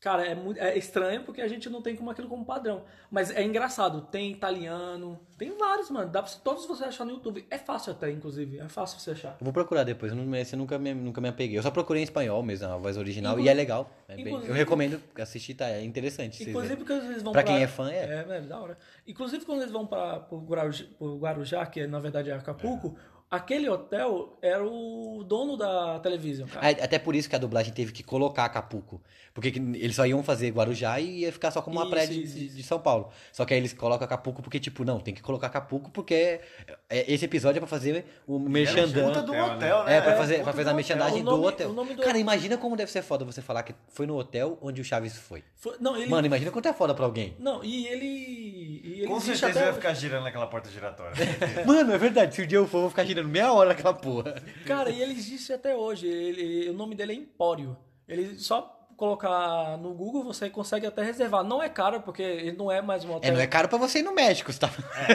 B: cara, é, muito, é estranho porque a gente não tem como aquilo como padrão. Mas é engraçado, tem italiano, tem vários, mano. Dá pra todos você achar no YouTube. É fácil até, inclusive. É fácil você achar.
A: Eu vou procurar depois, não- esse eu nunca me, nunca me apeguei. Eu só procurei em espanhol mesmo, a voz original,
B: Inclu-
A: e é legal. É bem-
B: inclusive-
A: eu recomendo assistir, tá? É interessante. vocês
B: Inclusive,
A: verem.
B: quando eles vão
A: Pra quem é fã, é.
B: É, velho, da hora. Inclusive, quando eles vão pra, pro, Guarujá, pro Guarujá, que é, na verdade é Acapulco, Aquele hotel era o dono da televisão, cara.
A: Ah, Até por isso que a dublagem teve que colocar Acapulco. Porque que eles só iam fazer Guarujá e ia ficar só como uma
B: Isso,
A: prédio
B: isso,
A: de,
B: isso.
A: de São Paulo. Só que aí eles colocam Acapulco porque, tipo, não, tem que colocar Acapulco porque é- esse episódio é pra fazer o
D: Puta
A: merchandising.
D: do
C: Hotel,
D: hotel, né?
A: É, pra fazer, pra
B: puta
A: fazer a
B: do
A: merchandising
B: hotel. O nome-
A: do hotel.
B: o nome do-
A: Cara, imagina como deve ser foda você falar que foi no hotel onde o Chaves foi.
B: Foi- não, ele.
A: Mano, imagina quanto é foda pra alguém.
B: Não, e ele. E ele
D: Com
B: existe
D: certeza ele
B: até-
D: vai ficar girando naquela porta giratória.
A: Mano, é verdade. Se o dia eu for, eu vou ficar girando meia hora naquela porra.
B: Cara, e ele existe até hoje. Ele- o nome dele é Empório. Ele só colocar no Google você consegue até reservar. Não é caro porque ele não é mais um
A: É,
B: hotel.
A: não é caro pra você ir no México, tá?
B: É.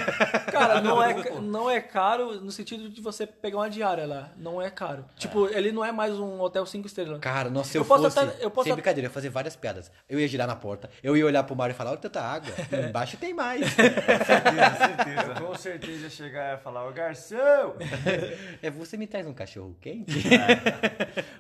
B: Cara, não é, ca- não é caro no sentido de você pegar uma diária lá. Não é caro. Tipo, ele não é mais um hotel cinco estrelas.
A: Ah. Cara, nossa, se eu,
B: Eu posso
A: fosse,
B: até- eu posso
A: sem
B: até-
A: brincadeira, eu ia fazer várias piadas. Eu ia girar na porta, eu ia olhar pro mar e falar, olha tanta água, embaixo tem mais.
C: Eu com certeza chegar e falar, ô garçom!
A: é, você me traz um cachorro quente?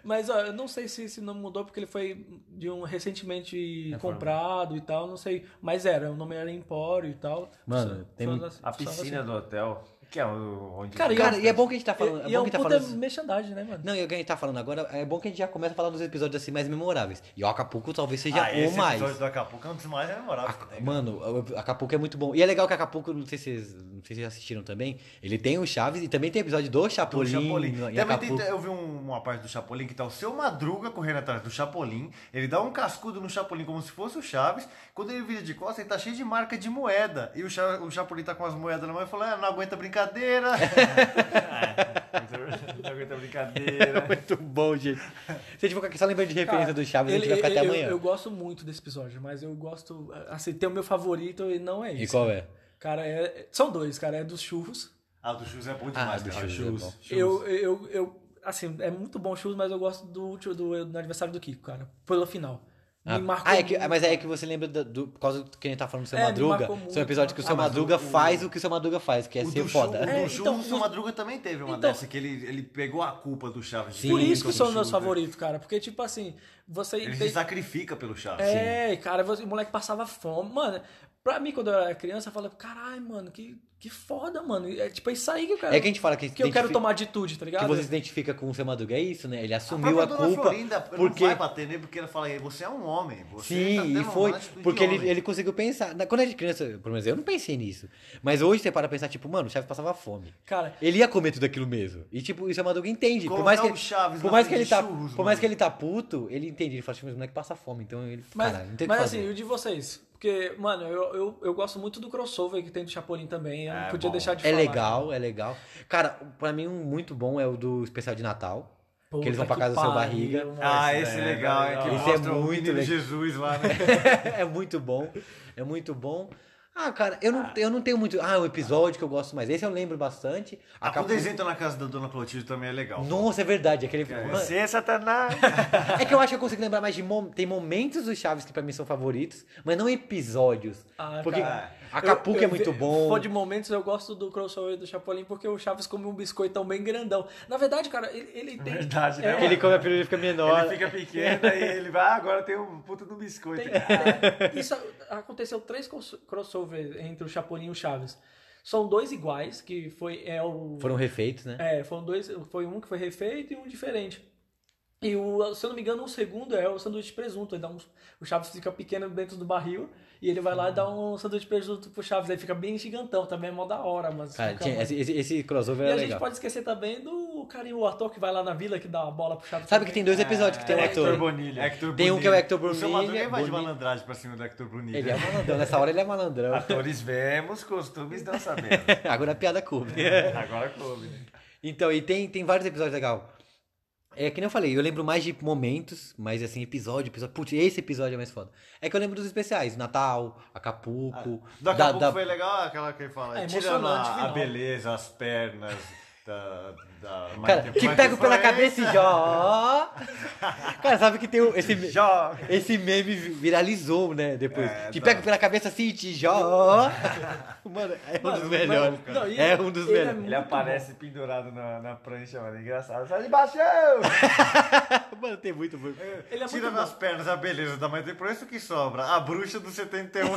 B: Mas ó, eu não sei se esse nome mudou porque ele foi de um recentemente
A: É,
B: comprado e tal, não sei. Mas era, o nome era Empório e tal.
A: Mano, tem
B: Funciona-
A: mu-
B: funciona
D: A piscina
B: assim.
D: do hotel, que é o- onde...
B: Cara,
A: Cara, e é bom que a gente tá falando. É,
B: E, e é
A: bom
B: um
A: que tá
B: puta
A: falando.
B: merchandising, né, mano?
A: Não, e o que a gente tá falando agora, é bom que a gente já começa a falar dos episódios assim mais memoráveis. E o Acapulco talvez seja
D: Ah,
A: o
D: esse
A: mais.
D: episódio do Acapulco é um dos mais memoráveis que tem.
A: Mano, o Acapulco é muito bom. E é legal que Acapulco, não sei se vocês, não sei se vocês assistiram também, ele tem o Chaves e também tem episódio do
D: O
A: Chapolin.
D: Chapolin.
A: em
D: Também tem-
A: Acapulco.
D: eu vi um- uma parte do Chapolin que tá o seu Madruga correndo atrás do Chapolin. Ele dá um cascudo no Chapolin como se fosse o Chaves. Quando ele vira de costas, ele tá cheio de marca de moeda. E o, Cha- o Chapolin tá com as moedas na mão e fala: ah, não aguenta brincadeira.
A: É
C: Não aguenta
D: né?
C: brincadeira.
A: Muito bom, gente. Se a gente for só lembrando de referência
B: Cara,
A: do Chaves, a gente
B: ele-
A: vai ficar até
B: eu-
A: amanhã.
B: Eu gosto muito desse episódio, mas eu gosto. Assim, tem o meu favorito e não é
A: E
B: esse.
A: qual é?
B: Cara, é- são dois, cara. É dos churros.
D: ah, o do Chus é bom
A: Ah,
D: demais,
A: do
D: cara.
A: Chaves é bom.
B: Eu, eu, eu, assim, é muito bom o churros, mas eu gosto do, último- do, do aniversário do Kiko, cara. Pelo final.
A: Ah,
B: me marcou
A: ah, é que-
B: muito.
A: mas é que você lembra do, do- por causa do que a gente tá falando do seu
B: É, me
A: Madruga.
B: marcou muito,
A: São episódios que o
B: né?
A: seu
B: Ah, mas
A: Madruga
D: o-
A: faz o que o seu Madruga faz, que é
D: O
A: ser
D: do
A: foda.
D: Chus, o do
B: É,
D: Chus,
B: então,
D: o seu
B: os-
D: Madruga também teve uma
B: Então-
D: dessa, que ele, ele pegou a culpa do Chaves. de
B: Por
D: ter
B: isso que
D: feito
B: são
D: o
B: meus
A: é.
D: Chus, né?
B: favoritos, cara. Porque, tipo assim, você.
D: Ele
B: tem-
D: se sacrifica pelo Chaves.
B: É, cara, você- o moleque passava fome. Mano, pra mim, quando eu era criança, eu falava, caralho, mano, que, que foda, mano. É tipo, é isso aí que eu quero.
A: É que a gente fala que se
B: que eu quero
A: identifi-
B: tomar atitude, tá ligado?
A: que você se identifica com o seu Madruga, é isso, né? Ele
D: A
A: assumiu
D: própria
A: a,
D: Dona
A: culpa.
D: Florinda
A: porque
D: não vai bater nele porque ela fala, você é um homem. Você tá
A: Sim, e
D: tendo uma
A: foi.
D: atitude de
A: Porque ele,
D: homem."
A: ele conseguiu pensar. Na- Quando a gente criança, pelo menos eu não pensei nisso. Mas hoje você para pensar, tipo, mano, o Chaves passava fome.
B: Cara,
A: Ele ia comer tudo aquilo mesmo. E tipo, isso a Madruga entende. Por
D: Colocar
A: mais que
D: é o
A: ele,
D: Chaves
A: por
D: na
A: mais que
D: frente
A: ele
D: de
A: tá,
D: churros,
A: por mais
D: mano.
A: que ele tá puto, ele entende, ele fala assim, mas o moleque passa fome, então ele,
B: mas,
A: cara, não tem o que
B: mas
A: fazer.
B: assim, e o de vocês? Porque, mano, eu, eu, eu gosto muito do crossover que tem do Chapolin também. Eu não
D: É
B: podia
D: bom.
B: deixar de
A: É
B: falar.
A: legal, é legal. Cara, pra mim um muito bom é o do especial de Natal.
B: Puta
A: que eles vão pra
B: que
A: casa do seu
B: pariu,
A: barriga.
B: mano.
D: Ah, esse é legal, é que
A: Esse é
D: mostra o
A: muito
D: menino
A: legal.
D: Jesus lá, né?
A: é muito bom. É muito bom. Ah, cara, eu não, eu não tenho muito. Ah, o episódio que eu gosto mais. Esse eu lembro bastante.
C: Ah,
D: A
A: Acabou-
D: condescenta na casa da Dona Clotilde também é legal.
A: Nossa, é verdade. Aquele... Mano,
C: Você, Satanás!
A: É que eu acho que eu consigo lembrar mais de. mom- Tem momentos do Chaves que pra mim são favoritos, mas não episódios.
B: Ah,
A: porque
B: cara.
A: Acapulco
B: Eu-
A: é
B: eu-
A: muito
B: eu-
A: bom.
B: Foi de momentos eu gosto do crossover do Chapolin porque o Chaves come um biscoitão bem grandão. Na verdade, cara, ele, ele tem. é,
C: Verdade, né?
A: Que ele come a peruca e fica menor.
C: Ele fica pequeno e ele vai, ah, agora tem um puta do biscoito.
B: Tem-
C: cara.
B: tem- isso aconteceu três cross- crossovers entre o Chapolin e o Chaves. São dois iguais, que foi é o
A: Foram refeitos, né?
B: é, foram dois, foi um que foi refeito e um diferente. E o, se eu não me engano, o segundo é o sanduíche de presunto. Ele dá um, o Chaves fica pequeno dentro do barril e ele vai lá e dá um sanduíche de presunto pro Chaves. Aí fica bem gigantão, também é mó da hora, mas
A: Cara,
B: fica
A: tinha-
B: muito-
A: esse, esse- esse crossover
B: E
A: é
B: a gente
A: legal.
B: pode esquecer também do carinho, o ator que vai lá na vila que dá uma bola pro Chaves.
A: Sabe que tem
B: também.
A: dois episódios que tem um
C: É,
A: ator.
C: Hector Bonilha.
D: Hector
A: Tem um
D: Brunilha.
A: que é o Hector
D: O seu Madruga
A: Brunilha,
D: vai de
A: Brunilha.
D: malandragem pra cima do Hector Brunilha.
A: Ele é malandrão. Nessa hora ele é malandrão.
C: Atores vemos, costumes não sabemos.
A: Agora a piada coube.
C: É. Agora come. né?
A: Então, e tem, tem vários episódios legal. É que nem eu falei, eu lembro mais de momentos, mas assim, episódio, episódio. Putz, esse episódio é mais foda. É que eu lembro dos especiais, Natal, Acapulco.
D: Do
A: da-
D: Acapulco
A: da-
D: foi legal ah, aquela que ele fala,
B: É
D: tirando
B: emocionante
D: a, a
B: final.
D: beleza, as pernas da... da
A: Cara, que pego pela cabeça e já. Cara, sabe que tem o- esse, me-
D: Jó.
A: esse meme vi- viralizou, né? Depois.
D: É,
A: que
D: tá.
A: pega pela cabeça assim e te jó. Mano, é um
B: Mano,
A: dos melhores.
B: mas- não, e
A: é
B: ele-
A: um dos
B: ele é
A: melhores.
C: Ele
B: Muito
C: aparece pendurado na, na prancha, mano. Engraçado. Sai de baixo!
A: Mano, tem muito. muito.
B: Ele é muito
D: Tirando
B: bom.
D: as pernas, a beleza da mãe, tem por isso que sobra. A bruxa do 71.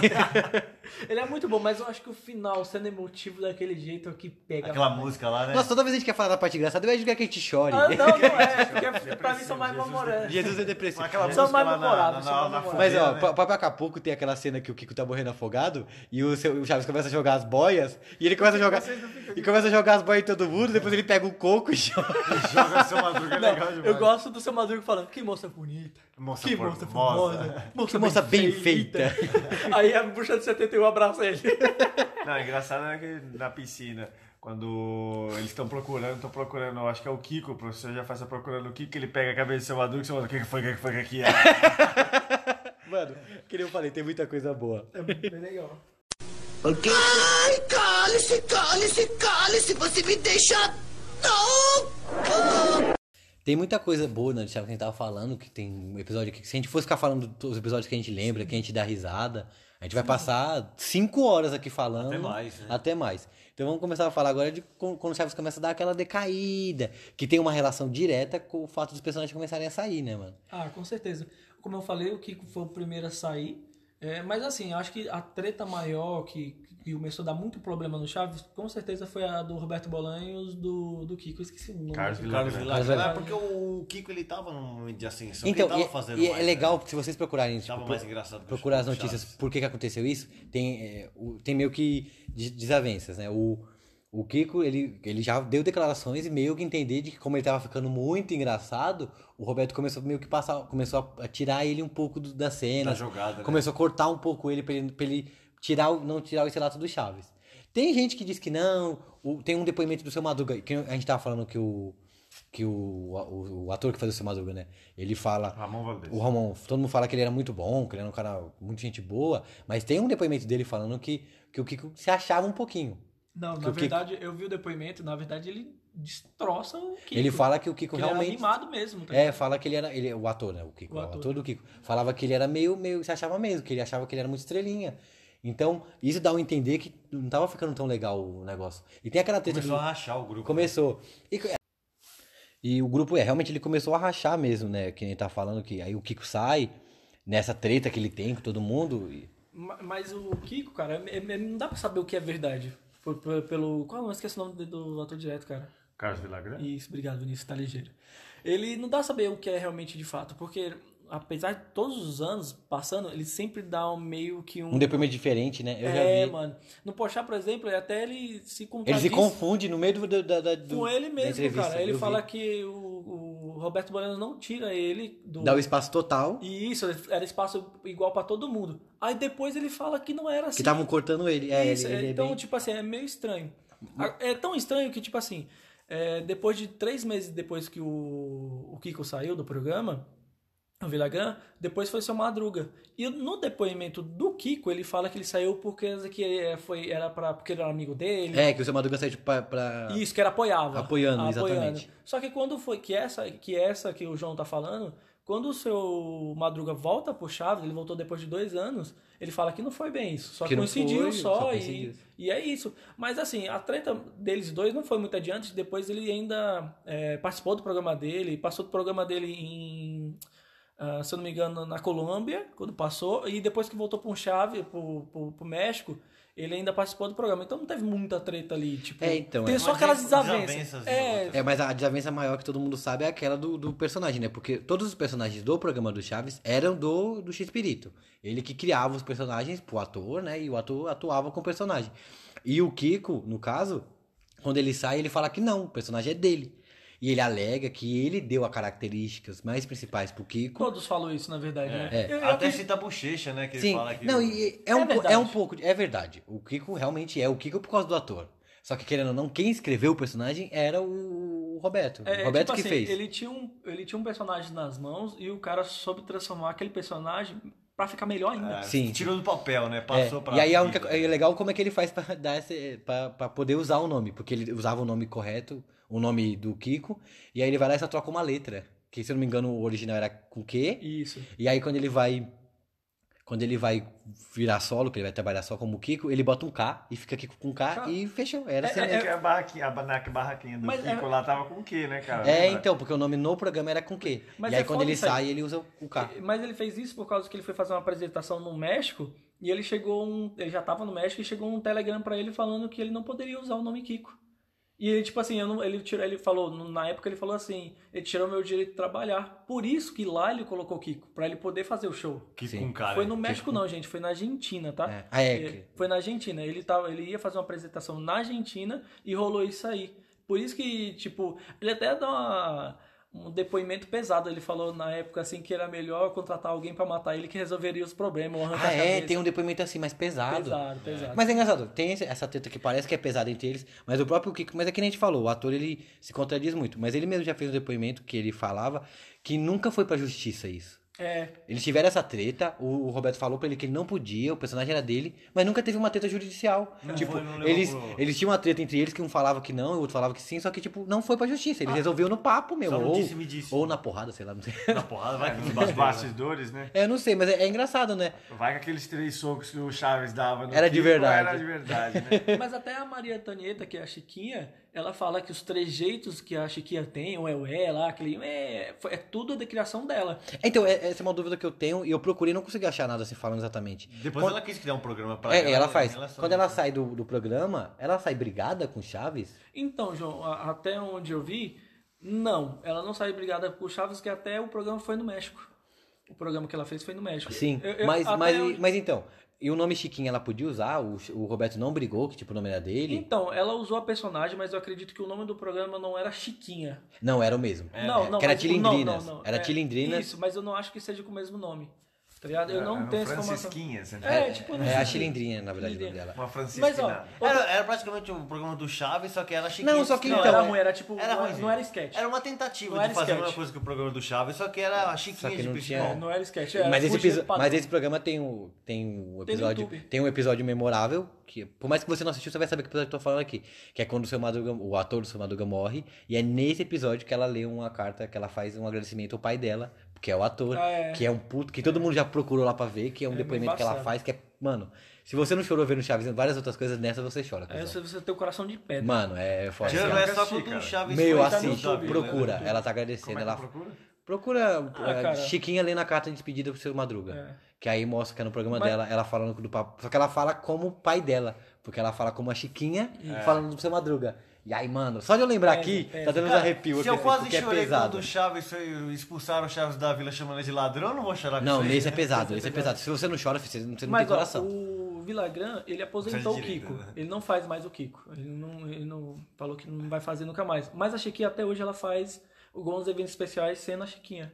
B: Ele é muito bom, mas eu acho que o final, sendo emotivo daquele jeito, é o que pega.
D: Aquela música lá, né?
A: Nossa, toda vez que a gente quer falar da parte engraçada, eu acho que a gente chore.
B: Ah, não, não é. Porque pra mim são mais memoráveis.
A: Jesus é depressivo.
D: Aquela
B: São
D: música
B: mais
D: lá na-
B: memoráveis,
D: na-
B: são
D: na-
B: mais
D: na-
A: Mas ó,
D: né?
A: o próprio Acapulco tem aquela cena que o Kiko tá morrendo afogado e o, seu, o Chaves começa a jogar as boias e ele começa a jogar. E começa a jogar as boias em todo mundo, depois ele pega o coco e joga.
D: Joga seu madruga é
B: Não,
D: legal demais.
B: eu gosto do seu Madruga falando, que moça bonita.
D: Moça
B: que
D: formosa.
B: moça formosa.
A: Que moça bem feita.
B: Aí a bruxa de 71 abraça ele.
C: Não, engraçado é que na piscina, quando eles estão procurando, estão procurando, eu acho que é o Kiko, o professor já faz a procurando o Kiko, ele pega a cabeça do seu madruga e seu madruga, o que que foi, o que que foi, o que que é?
A: Mano, que nem eu falei, tem muita coisa boa.
B: É bem legal.
G: Ai, cale-se, cale-se, cale-se, você me deixa tão
A: Tem muita coisa boa, né, Thiago, que a gente tava falando, que tem um episódio aqui. que Se a gente fosse ficar falando dos episódios que a gente lembra, que a gente dá risada, a gente vai passar cinco horas aquaqui falando. Até mais, né? Até mais. Então vamos começar a falar agora de co- quando o Chaves começa a dar aquela decaída, que tem uma relação direta com o fato dos personagens começarem a sair, né, mano?
B: Ah, com certeza. Como eu falei, o Kiko foi o primeiro a sair. É, mas assim, acho que a treta maior que, que começou a dar muito problema no Chaves, com certeza foi a do Roberto Bolanhos, do, do Kiko, eu esqueci o nome.
C: Carlos
D: O
C: Villar.
D: Carlos Vilar.
A: Vilar.
D: É porque o Kiko ele tava num momento de ascensão.
A: Então,
D: ele
A: e,
D: tava fazendo
A: e
D: mais,
A: é
D: né?
A: legal, que se vocês procurarem, tipo,
D: Tava
A: pro-
D: mais engraçado. que o
A: procurar as
D: Chaves.
A: notícias por que, que aconteceu isso, tem, é, o- tem meio que de- desavenças, né? O, o Kiko, ele, ele já deu declarações e meio que entender de que como ele tava ficando muito engraçado, o Roberto começou meio que passar, começou a, a tirar ele um pouco do- da cena.
D: Da jogada, né?
A: Começou a cortar um pouco ele pra ele, pra ele tirar, o- não tirar o relato do Chaves. Tem gente que diz que não, o- tem um depoimento do seu Madruga, que a gente tava falando que o que o, o, o ator que faz o seu Madruga, né? Ele fala
C: Ramon Valdez.
A: o Ramon, todo mundo fala que ele era muito bom, que ele era um cara muito gente boa, mas tem um depoimento dele falando que, que o Kiko se achava um pouquinho.
B: Não,
A: Que
B: na
A: o Kiko-
B: verdade, eu vi o depoimento, na verdade ele destroça o Kiko.
A: Ele fala que o Kiko
B: que ele era
A: realmente.
B: animado mesmo. Tá
A: é,
B: ligado?
A: fala que ele era. Ele, o ator, né? O Kiko,
B: O
A: o
B: ator.
A: ator. do Kiko. Falava que ele era meio, meio. Se achava mesmo, que ele achava que ele era muito estrelinha. Então, isso dá a entender que não tava ficando tão legal o negócio. E tem aquela treta
D: Começou
A: do-
D: a rachar o grupo.
B: né?
A: Começou. E, co- é. e o grupo é, realmente ele começou a rachar mesmo, né? Que nem tá falando que aí o Kiko sai nessa treta que ele tem com todo mundo. e-
B: Ma- Mas o Kiko, cara, é- é- não dá pra saber o que é verdade. Por- por- pelo. Qual não esqueci o nome do ator direto, cara?
C: Carlos Villagrán.
B: Isso, obrigado, Vinícius, tá ligeiro. Ele não dá a saber o que é realmente de fato, porque apesar de todos os anos passando, ele sempre dá um meio que um.
A: Um depoimento diferente, né? Eu
B: é,
A: já vi.
B: mano. No Pochá, por exemplo, ele até ele se
A: Ele
B: contradiz
A: se confunde no meio do, do, da- da- do-
B: com ele
A: da
B: mesmo,
A: entrevista,
B: cara. Ele
A: eu vi.
B: fala que o, o Roberto Moreno não tira ele do.
A: Dá o espaço total,
B: E isso, era espaço igual pra todo mundo. Aí depois ele fala que não era assim.
A: que estavam cortando ele. É,
B: Isso,
A: ele, ele é
B: então,
A: bem- Hum.
B: tipo assim, é meio estranho. A- É tão estranho que, tipo assim, é, depois de três meses depois que o, o Kiko saiu do programa, o Villagrán, depois foi seu Madruga. E no depoimento do Kiko, ele fala que ele saiu porque que é, foi, era pra, porque ele era amigo dele.
A: É, que o seu Madruga saiu tipo, pra, pra-
B: Isso, que era apoiava.
A: Apoiando, exatamente.
B: Só que quando foi que essa que essa que o João tá falando, quando o seu Madruga volta pro Chaves, ele voltou depois de dois anos, ele fala que não foi bem isso. Só
A: Que não
B: coincidiu
A: foi,
B: só,
A: só
B: e,
A: coincidiu.
B: e é isso. Mas assim, a treta deles dois não foi muito adiante. Depois ele ainda é, participou do programa dele, passou do programa dele em. ah, se eu não me engano, na Colômbia, quando passou, e depois que voltou pro Chave, pro, pro, pro México, ele ainda participou do programa. Então não teve muita treta ali, tipo.
A: É, então,
B: Tem
A: é.
B: só
D: Mas
B: aquelas
D: tem
B: desavenças.
D: desavenças
B: É,
A: É, mas a desavença maior que todo mundo sabe é aquela do, do personagem, né? Porque todos os personagens do programa do Chaves eram do, do X-Pirito. Ele que criava os personagens pro ator, né? E o ator atuava com o personagem. E o Kiko, no caso, quando ele sai, ele fala que não, o personagem é dele. E ele alega que ele deu as características mais principais pro Kiko.
B: todos falam isso, na verdade, né?
D: É.
B: Eu- eu
D: Até
B: acredito-
D: cita a bochecha, né? Que ele
A: Sim,
D: fala que.
A: não, e é,
B: É
A: um, po-
B: verdade.
A: é um pouco. de- É verdade. O Kiko realmente é o Kiko por causa do ator. Só que, querendo ou não, quem escreveu o personagem era o Roberto.
B: é,
A: o Roberto
B: tipo
A: que
B: assim,
A: fez.
B: Ele tinha, um, ele tinha um personagem nas mãos e o cara soube transformar aquele personagem pra ficar melhor ainda.
D: É,
A: Sim.
D: Tirou do papel, né?
A: É,
D: Passou pra.
A: e aí a única, é legal como é que ele faz pra, dar esse, pra, pra poder usar o nome, porque ele usava o nome correto, o nome do Kiko, e aí ele vai lá e só troca uma letra, que se eu não me engano o original era com Q,
B: Isso.
A: e aí quando ele vai quando ele vai virar solo, que ele vai trabalhar só como Kiko, ele bota um K e fica Kiko com K
B: Tá.
A: e fechou. Era
B: É,
A: assim
B: é,
A: mesmo.
C: Que a barraquinha, a barraquinha- barraquinha do
B: Mas
C: Kiko
B: é-
C: lá tava com o quê, né, cara?
A: É,
C: Lembra?
A: então, porque o nome no programa era com Q.
B: Mas
A: e aí
B: é
A: quando
B: foda
A: ele
B: isso aí.
A: sai, ele usa o K.
B: Mas ele fez isso por causa que ele foi fazer uma apresentação no México e ele chegou um. Ele já tava no México e chegou um telegram pra ele falando que ele não poderia usar o nome Kiko. E ele, tipo assim, eu não- ele tirou, ele falou, no- na época ele falou assim, ele tirou meu direito de trabalhar. Por isso que lá ele colocou o Kiko, pra ele poder fazer o show.
D: Que
A: Sim.
D: com cara.
B: foi no México não, gente, foi na Argentina, tá?
A: É. Ah, é.
B: Ele-
A: que-
B: Foi na Argentina. Ele, tava, ele ia fazer uma apresentação na Argentina e rolou isso aí. Por isso que, tipo, ele até dá uma- um depoimento pesado. Ele falou na época assim que era melhor contratar alguém pra matar ele que resolveria os problemas. ou arrancar
A: Ah,
B: a
A: é,
B: cabeça.
A: tem um depoimento assim, mais pesado.
B: pesado, pesado.
A: Mas é engraçado, tem esse- essa treta que parece que é pesada entre eles, mas o próprio Kiko, mas é que nem a gente falou, o ator ele se contradiz muito, mas ele mesmo já fez um depoimento que ele falava que nunca foi pra justiça isso.
B: É,
A: Eles tiveram essa treta, o o Roberto falou pra ele que ele não podia, o personagem era dele, mas nunca teve uma treta judicial. tipo,
D: foi, não levou
A: eles,
D: pro-
A: eles tinham uma treta entre eles que um falava que não, e o outro falava que sim, só que tipo, não foi pra justiça. Ele resolveu no papo mesmo,
D: só no
A: ou,
D: disse-me-disse.
A: ou na porrada, sei lá, não sei.
D: Na porrada, vai que não
C: Os
D: bate.
C: bastidores, né?
A: É, eu não sei, mas é, é engraçado, né?
C: Vai com aqueles três socos que o Chaves dava no
A: Era de
C: Kiko,
A: verdade.
C: Era de verdade, né?
B: É. Mas até a Maria Antonieta, que é a Chiquinha, ela fala que os trejeitos que a Chiquinha tem, o é lá, aquele é, foi- é tudo da criação dela.
A: Então, é- essa é uma dúvida que eu tenho, e eu procurei não consegui achar nada assim falando exatamente.
D: Depois ela quis criar um programa pra
A: É, ela, faz.
D: só-
A: Quando ela sai do, do programa, ela sai brigada com Chaves?
B: Então, João, a- até onde eu vi, não, ela não saiu brigada com o Chaves, que até o programa foi no México. O programa que ela fez foi no México.
A: Sim.
B: Eu- eu-
A: mas,
B: até
A: mas,
B: onde-
A: mas então, e o nome Chiquinha ela podia usar? O, o Roberto não brigou, que tipo o nome era dele?
B: Então, ela usou a personagem, mas eu acredito que o nome do programa não era Chiquinha.
A: Não, era o mesmo.
B: Não,
A: É,
B: não.
A: Que era
B: mas-
A: Tilindrinas.
B: não, não, não.
A: Era
B: É,
A: Tilindrinas.
B: Isso, mas eu não acho que seja com o mesmo nome. Tá ligado? Eu não
C: Eram
B: tenho essa informação.
C: Francisquinhas, é um né?
B: É, tipo, eu não
A: É a
B: sei.
A: Tilindrina, na verdade, o nome
B: Tilindrina.
A: dela.
C: Uma
B: Mas ó,
C: francisquinha.
D: Era, era praticamente um programa do Chaves, só que era chiquinha.
A: Não, só que
B: não,
A: então,
B: era
A: é-
B: ruim, era tipo,
D: Era
B: não,
D: ruimzinho.
B: não era sketch.
D: Era uma tentativa
B: Não era
D: de fazer a
B: sketch.
D: mesma coisa que o programa do Chaves, só que era a chiquinha
A: que
D: de
A: não
D: principal.
A: tinha-
B: Não era sketch, era
A: mas, esse
B: fugir
A: episo-
B: do padrão.
A: mas esse programa tem um, tem um episódio. Tem,
B: YouTube.
A: um episódio memorável. Que, por mais que você não assistiu, você vai saber que episódio eu tô falando aqui. Que é quando o seu Madruga, o ator do seu Madruga morre. E é nesse episódio que ela lê uma carta que ela faz um agradecimento ao pai dela, que é o ator,
B: Ah, é.
A: que é um puto, que todo mundo já procurou lá pra ver, que é um
B: É,
A: depoimento que ela
B: embaçado.
A: faz, que é. Mano, se você não chorou vendo Chaves e várias outras coisas, nessa você chora.
B: Aí
A: cuzão.
B: você, você tem o coração de pedra.
A: Mano, é foda.
D: Tira, não
A: cara.
D: é só
C: Assisti,
D: quando
C: cara.
D: o Chaves
A: Meu,
D: foi- tá no
A: assiste,
D: YouTube,
A: procura.
D: né?
A: Ela tá agradecendo.
C: Como é que
A: ela
C: eu procuro?
A: procura
B: Ah,
A: eh,
B: cara.
A: Chiquinha lendo a carta despedida pro seu Madruga.
B: É.
A: Que aí mostra que é no programa
B: Mas-
A: dela, ela falando do papo. Só que ela fala como o pai dela. Porque ela fala como a Chiquinha falando pro seu Madruga. E aí, mano, só de eu lembrar
B: Pega,
A: aqui,
B: pega.
A: tá dando uns
D: Cara,
A: arrepios
D: Se
A: aqui,
D: eu quase
A: porque é
D: chorei quando
A: pesado.
D: o Chaves foi, expulsaram o Chaves da vila chamando ele de ladrão, eu não vou chorar com
A: Não,
D: isso aí,
A: esse é
D: né?
A: pesado, esse é pesado. Se você não chora, você não, você não tem
B: Mas ó,
A: coração.
B: o Villagrán, ele aposentou
D: Precisa
B: o
D: de direita,
B: Kiko.
D: né?
B: Ele não faz mais o Kiko. Ele não, ele não falou que não vai fazer nunca mais. Mas a Chiquinha até hoje ela faz alguns eventos especiais sendo a Chiquinha.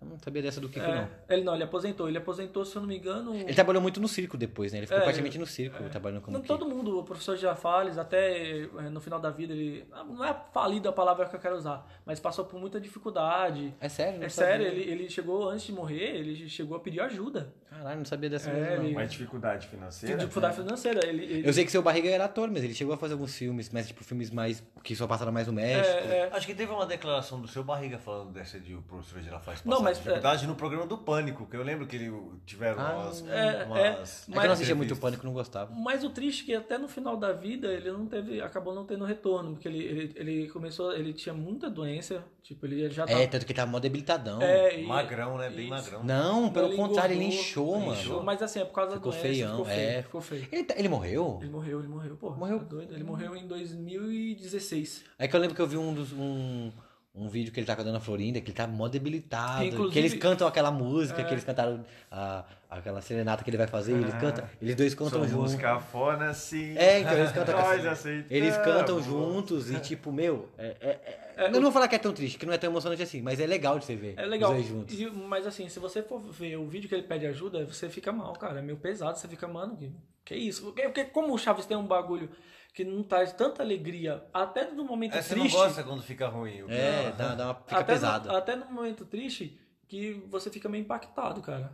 A: Eu não sabia dessa do Kiko,
B: É,
A: não.
B: Ele não, ele aposentou. Ele aposentou, se eu não me engano.
A: Ele tá trabalhou muito no circo depois, né? Ele ficou
B: É,
A: praticamente no circo, trabalhando como
B: Não,
A: Kiko.
B: todo mundo, o professor Girafales, até eh, no final da vida, ele. Não é falido a palavra que eu quero usar, mas passou por muita dificuldade.
A: É sério? não
B: É
A: sabia.
B: sério, ele, ele chegou, antes de morrer, ele chegou a pedir ajuda.
A: Caralho, não sabia dessa
B: É,
A: mesmo, não. é.
B: ele-
C: Mas dificuldade financeira.
B: de dificuldade financeira. Ele, ele-
A: Eu sei que seu Barriga era ator, mas ele chegou a fazer alguns filmes, mas tipo, filmes mais. que só passaram mais no México.
B: é, é.
D: Acho que teve uma declaração do seu Barriga falando dessa de o professor Girafales
B: Não, é-
D: passar
B: mas,
D: dificuldade no programa do Pânico, que eu lembro que ele tiveram
A: Ah,
D: umas,
B: é,
D: umas-
A: É
B: é,
A: que eu não assistia
D: entrevistas.
A: muito Pânico, não gostava.
B: Mas o triste é que até no final da vida ele não teve, acabou não tendo retorno, porque ele, ele, ele começou, ele tinha muita doença, tipo, ele já tava...
A: É, tanto que ele tava mó debilitadão.
B: É, e-
D: Magrão, né? Bem
B: Isso.
D: magrão.
A: Não, pelo
B: ele
A: contrário, ele
B: engordou,
A: inchou, mano.
B: inchou, Mas assim, é por causa
A: Ficou
B: da doença,
A: feião,
B: ficou feio,
A: é.
B: ficou feio.
A: Ele, tá- ele morreu?
B: Ele morreu, ele morreu, pô.
A: Morreu?
B: tá doido? Ele morreu em 2016.
A: É que eu lembro que eu vi um dos. Um, um vídeo que ele tá com a Dona Florinda, que ele tá mó debilitado.
B: Inclusive- É.
A: que eles cantam aquela música, que eles cantaram a- aquela serenata que ele vai fazer, e ele
B: Ah,
A: canta. Eles dois cantam
C: Somos
A: juntos.
C: cafona, sim.
A: É, então eles cantam
C: Nós
A: assim.
C: aceitamos.
A: Eles
B: É,
D: é
A: cantam juntos e tipo, meu, é- é- é- eu não vou falar que é tão triste, que não é tão emocionante assim, mas é legal de você ver
B: É legal.
A: os dois juntos.
B: E- mas assim, se você for ver o vídeo que ele pede ajuda, você fica mal, cara. É meio pesado, você fica, mano, que, que isso? Porque, porque como o Chaves tem um bagulho que não traz tanta alegria, até no momento
D: É, você não
B: triste.
D: gosta quando fica ruim. o
A: É,
D: programa.
A: dá, dá uma, fica
B: até,
A: pesado.
B: No, até no momento triste, que você fica meio impactado, cara.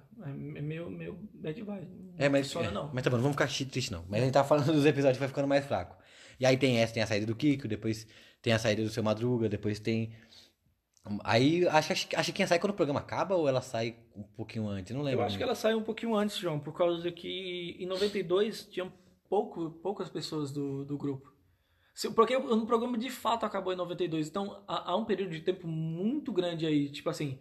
B: É meio, meio bad vibe.
A: É, mas,
B: funciona,
A: é,
B: não.
A: mas tá bom, não vamos ficar chi- triste não. Mas a gente tá falando dos episódios que vai ficando mais fraco. E aí tem essa, tem a saída do Kiko, depois tem a saída do Seu Madruga, depois tem... um, Aí, acho, acho, acho que sai quando o programa acaba ou ela sai um pouquinho antes, não
B: Eu
A: lembro.
B: acho que ela saiu um pouquinho antes, João, por causa de que em 92 tinham pouco, poucas pessoas do, do grupo. Se- Porque o o programa de fato acabou em 92, então há, há um período de tempo muito grande aí. Tipo assim,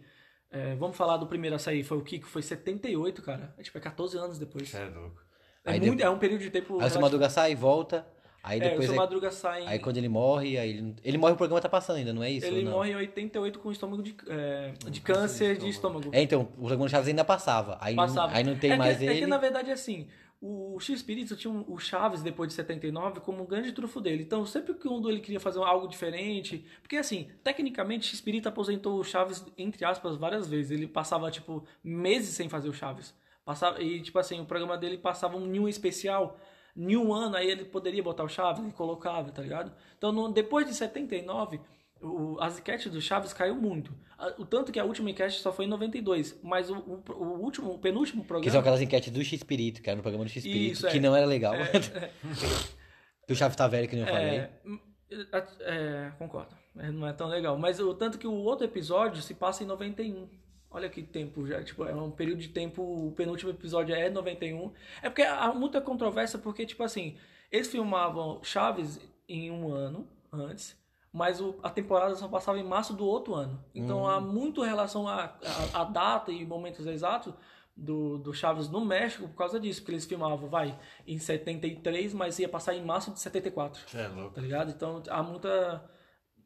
B: é, vamos falar do primeiro a sair, foi o Kiko, foi 78, cara. É, tipo, é 14 anos depois.
D: Cê é louco.
B: É,
A: Aí
B: muito-
A: depois-
B: é um período de tempo.
A: Aí o Seu Madruga sai, volta, Aí
B: É, o
A: depois.
B: seu
A: aí-
B: Madruga sai em-
A: Aí quando ele morre, aí ele, ele morre o programa tá passando ainda, não é isso?
B: Ele
A: Ou não?
B: morre em 88 com estômago de, é, de câncer de estômago.
A: É, então, o programa do Chaves ainda passava. Aí, não-
B: Passava.
A: aí não tem
B: é
A: mais
B: que,
A: ele.
B: É que na verdade assim, o X Espírito tinha um- o Chaves depois de 79 como um grande trufo dele. Então, sempre que um ele queria fazer algo diferente, porque assim, tecnicamente X Espírito aposentou o Chaves entre aspas várias vezes. Ele passava tipo meses sem fazer o Chaves. Passava e tipo assim, o programa dele passava um new especial. New One, aí ele poderia botar o Chaves, ele colocava, tá ligado? Então, no- depois de 79, o, as enquetes do Chaves caiu muito. A- O tanto que a última enquete só foi em 92, mas o, o, o último, o penúltimo
A: Que são
B: programa.
A: aquelas enquetes do X-Pirito, que era no programa do X-Pirito,
B: Isso, é.
A: que não era legal. que o Chaves tá velho, que nem eu falei.
B: É, hum, é, é, concordo. É, Não é tão legal. Mas o tanto que o outro episódio se passa em 91. Olha que tempo já. Tipo, é um período de tempo. O penúltimo episódio é 91. É porque há muita controvérsia, porque, tipo assim, eles filmavam Chaves em um ano antes. Mas o- a temporada só passava em março do outro ano. Então há muito relação à à- à data e momentos exatos do, do Chaves no México por causa disso. Porque eles filmavam, vai, em 73, mas ia passar em março de 74
E: é louco.
B: tá ligado? Então há muita.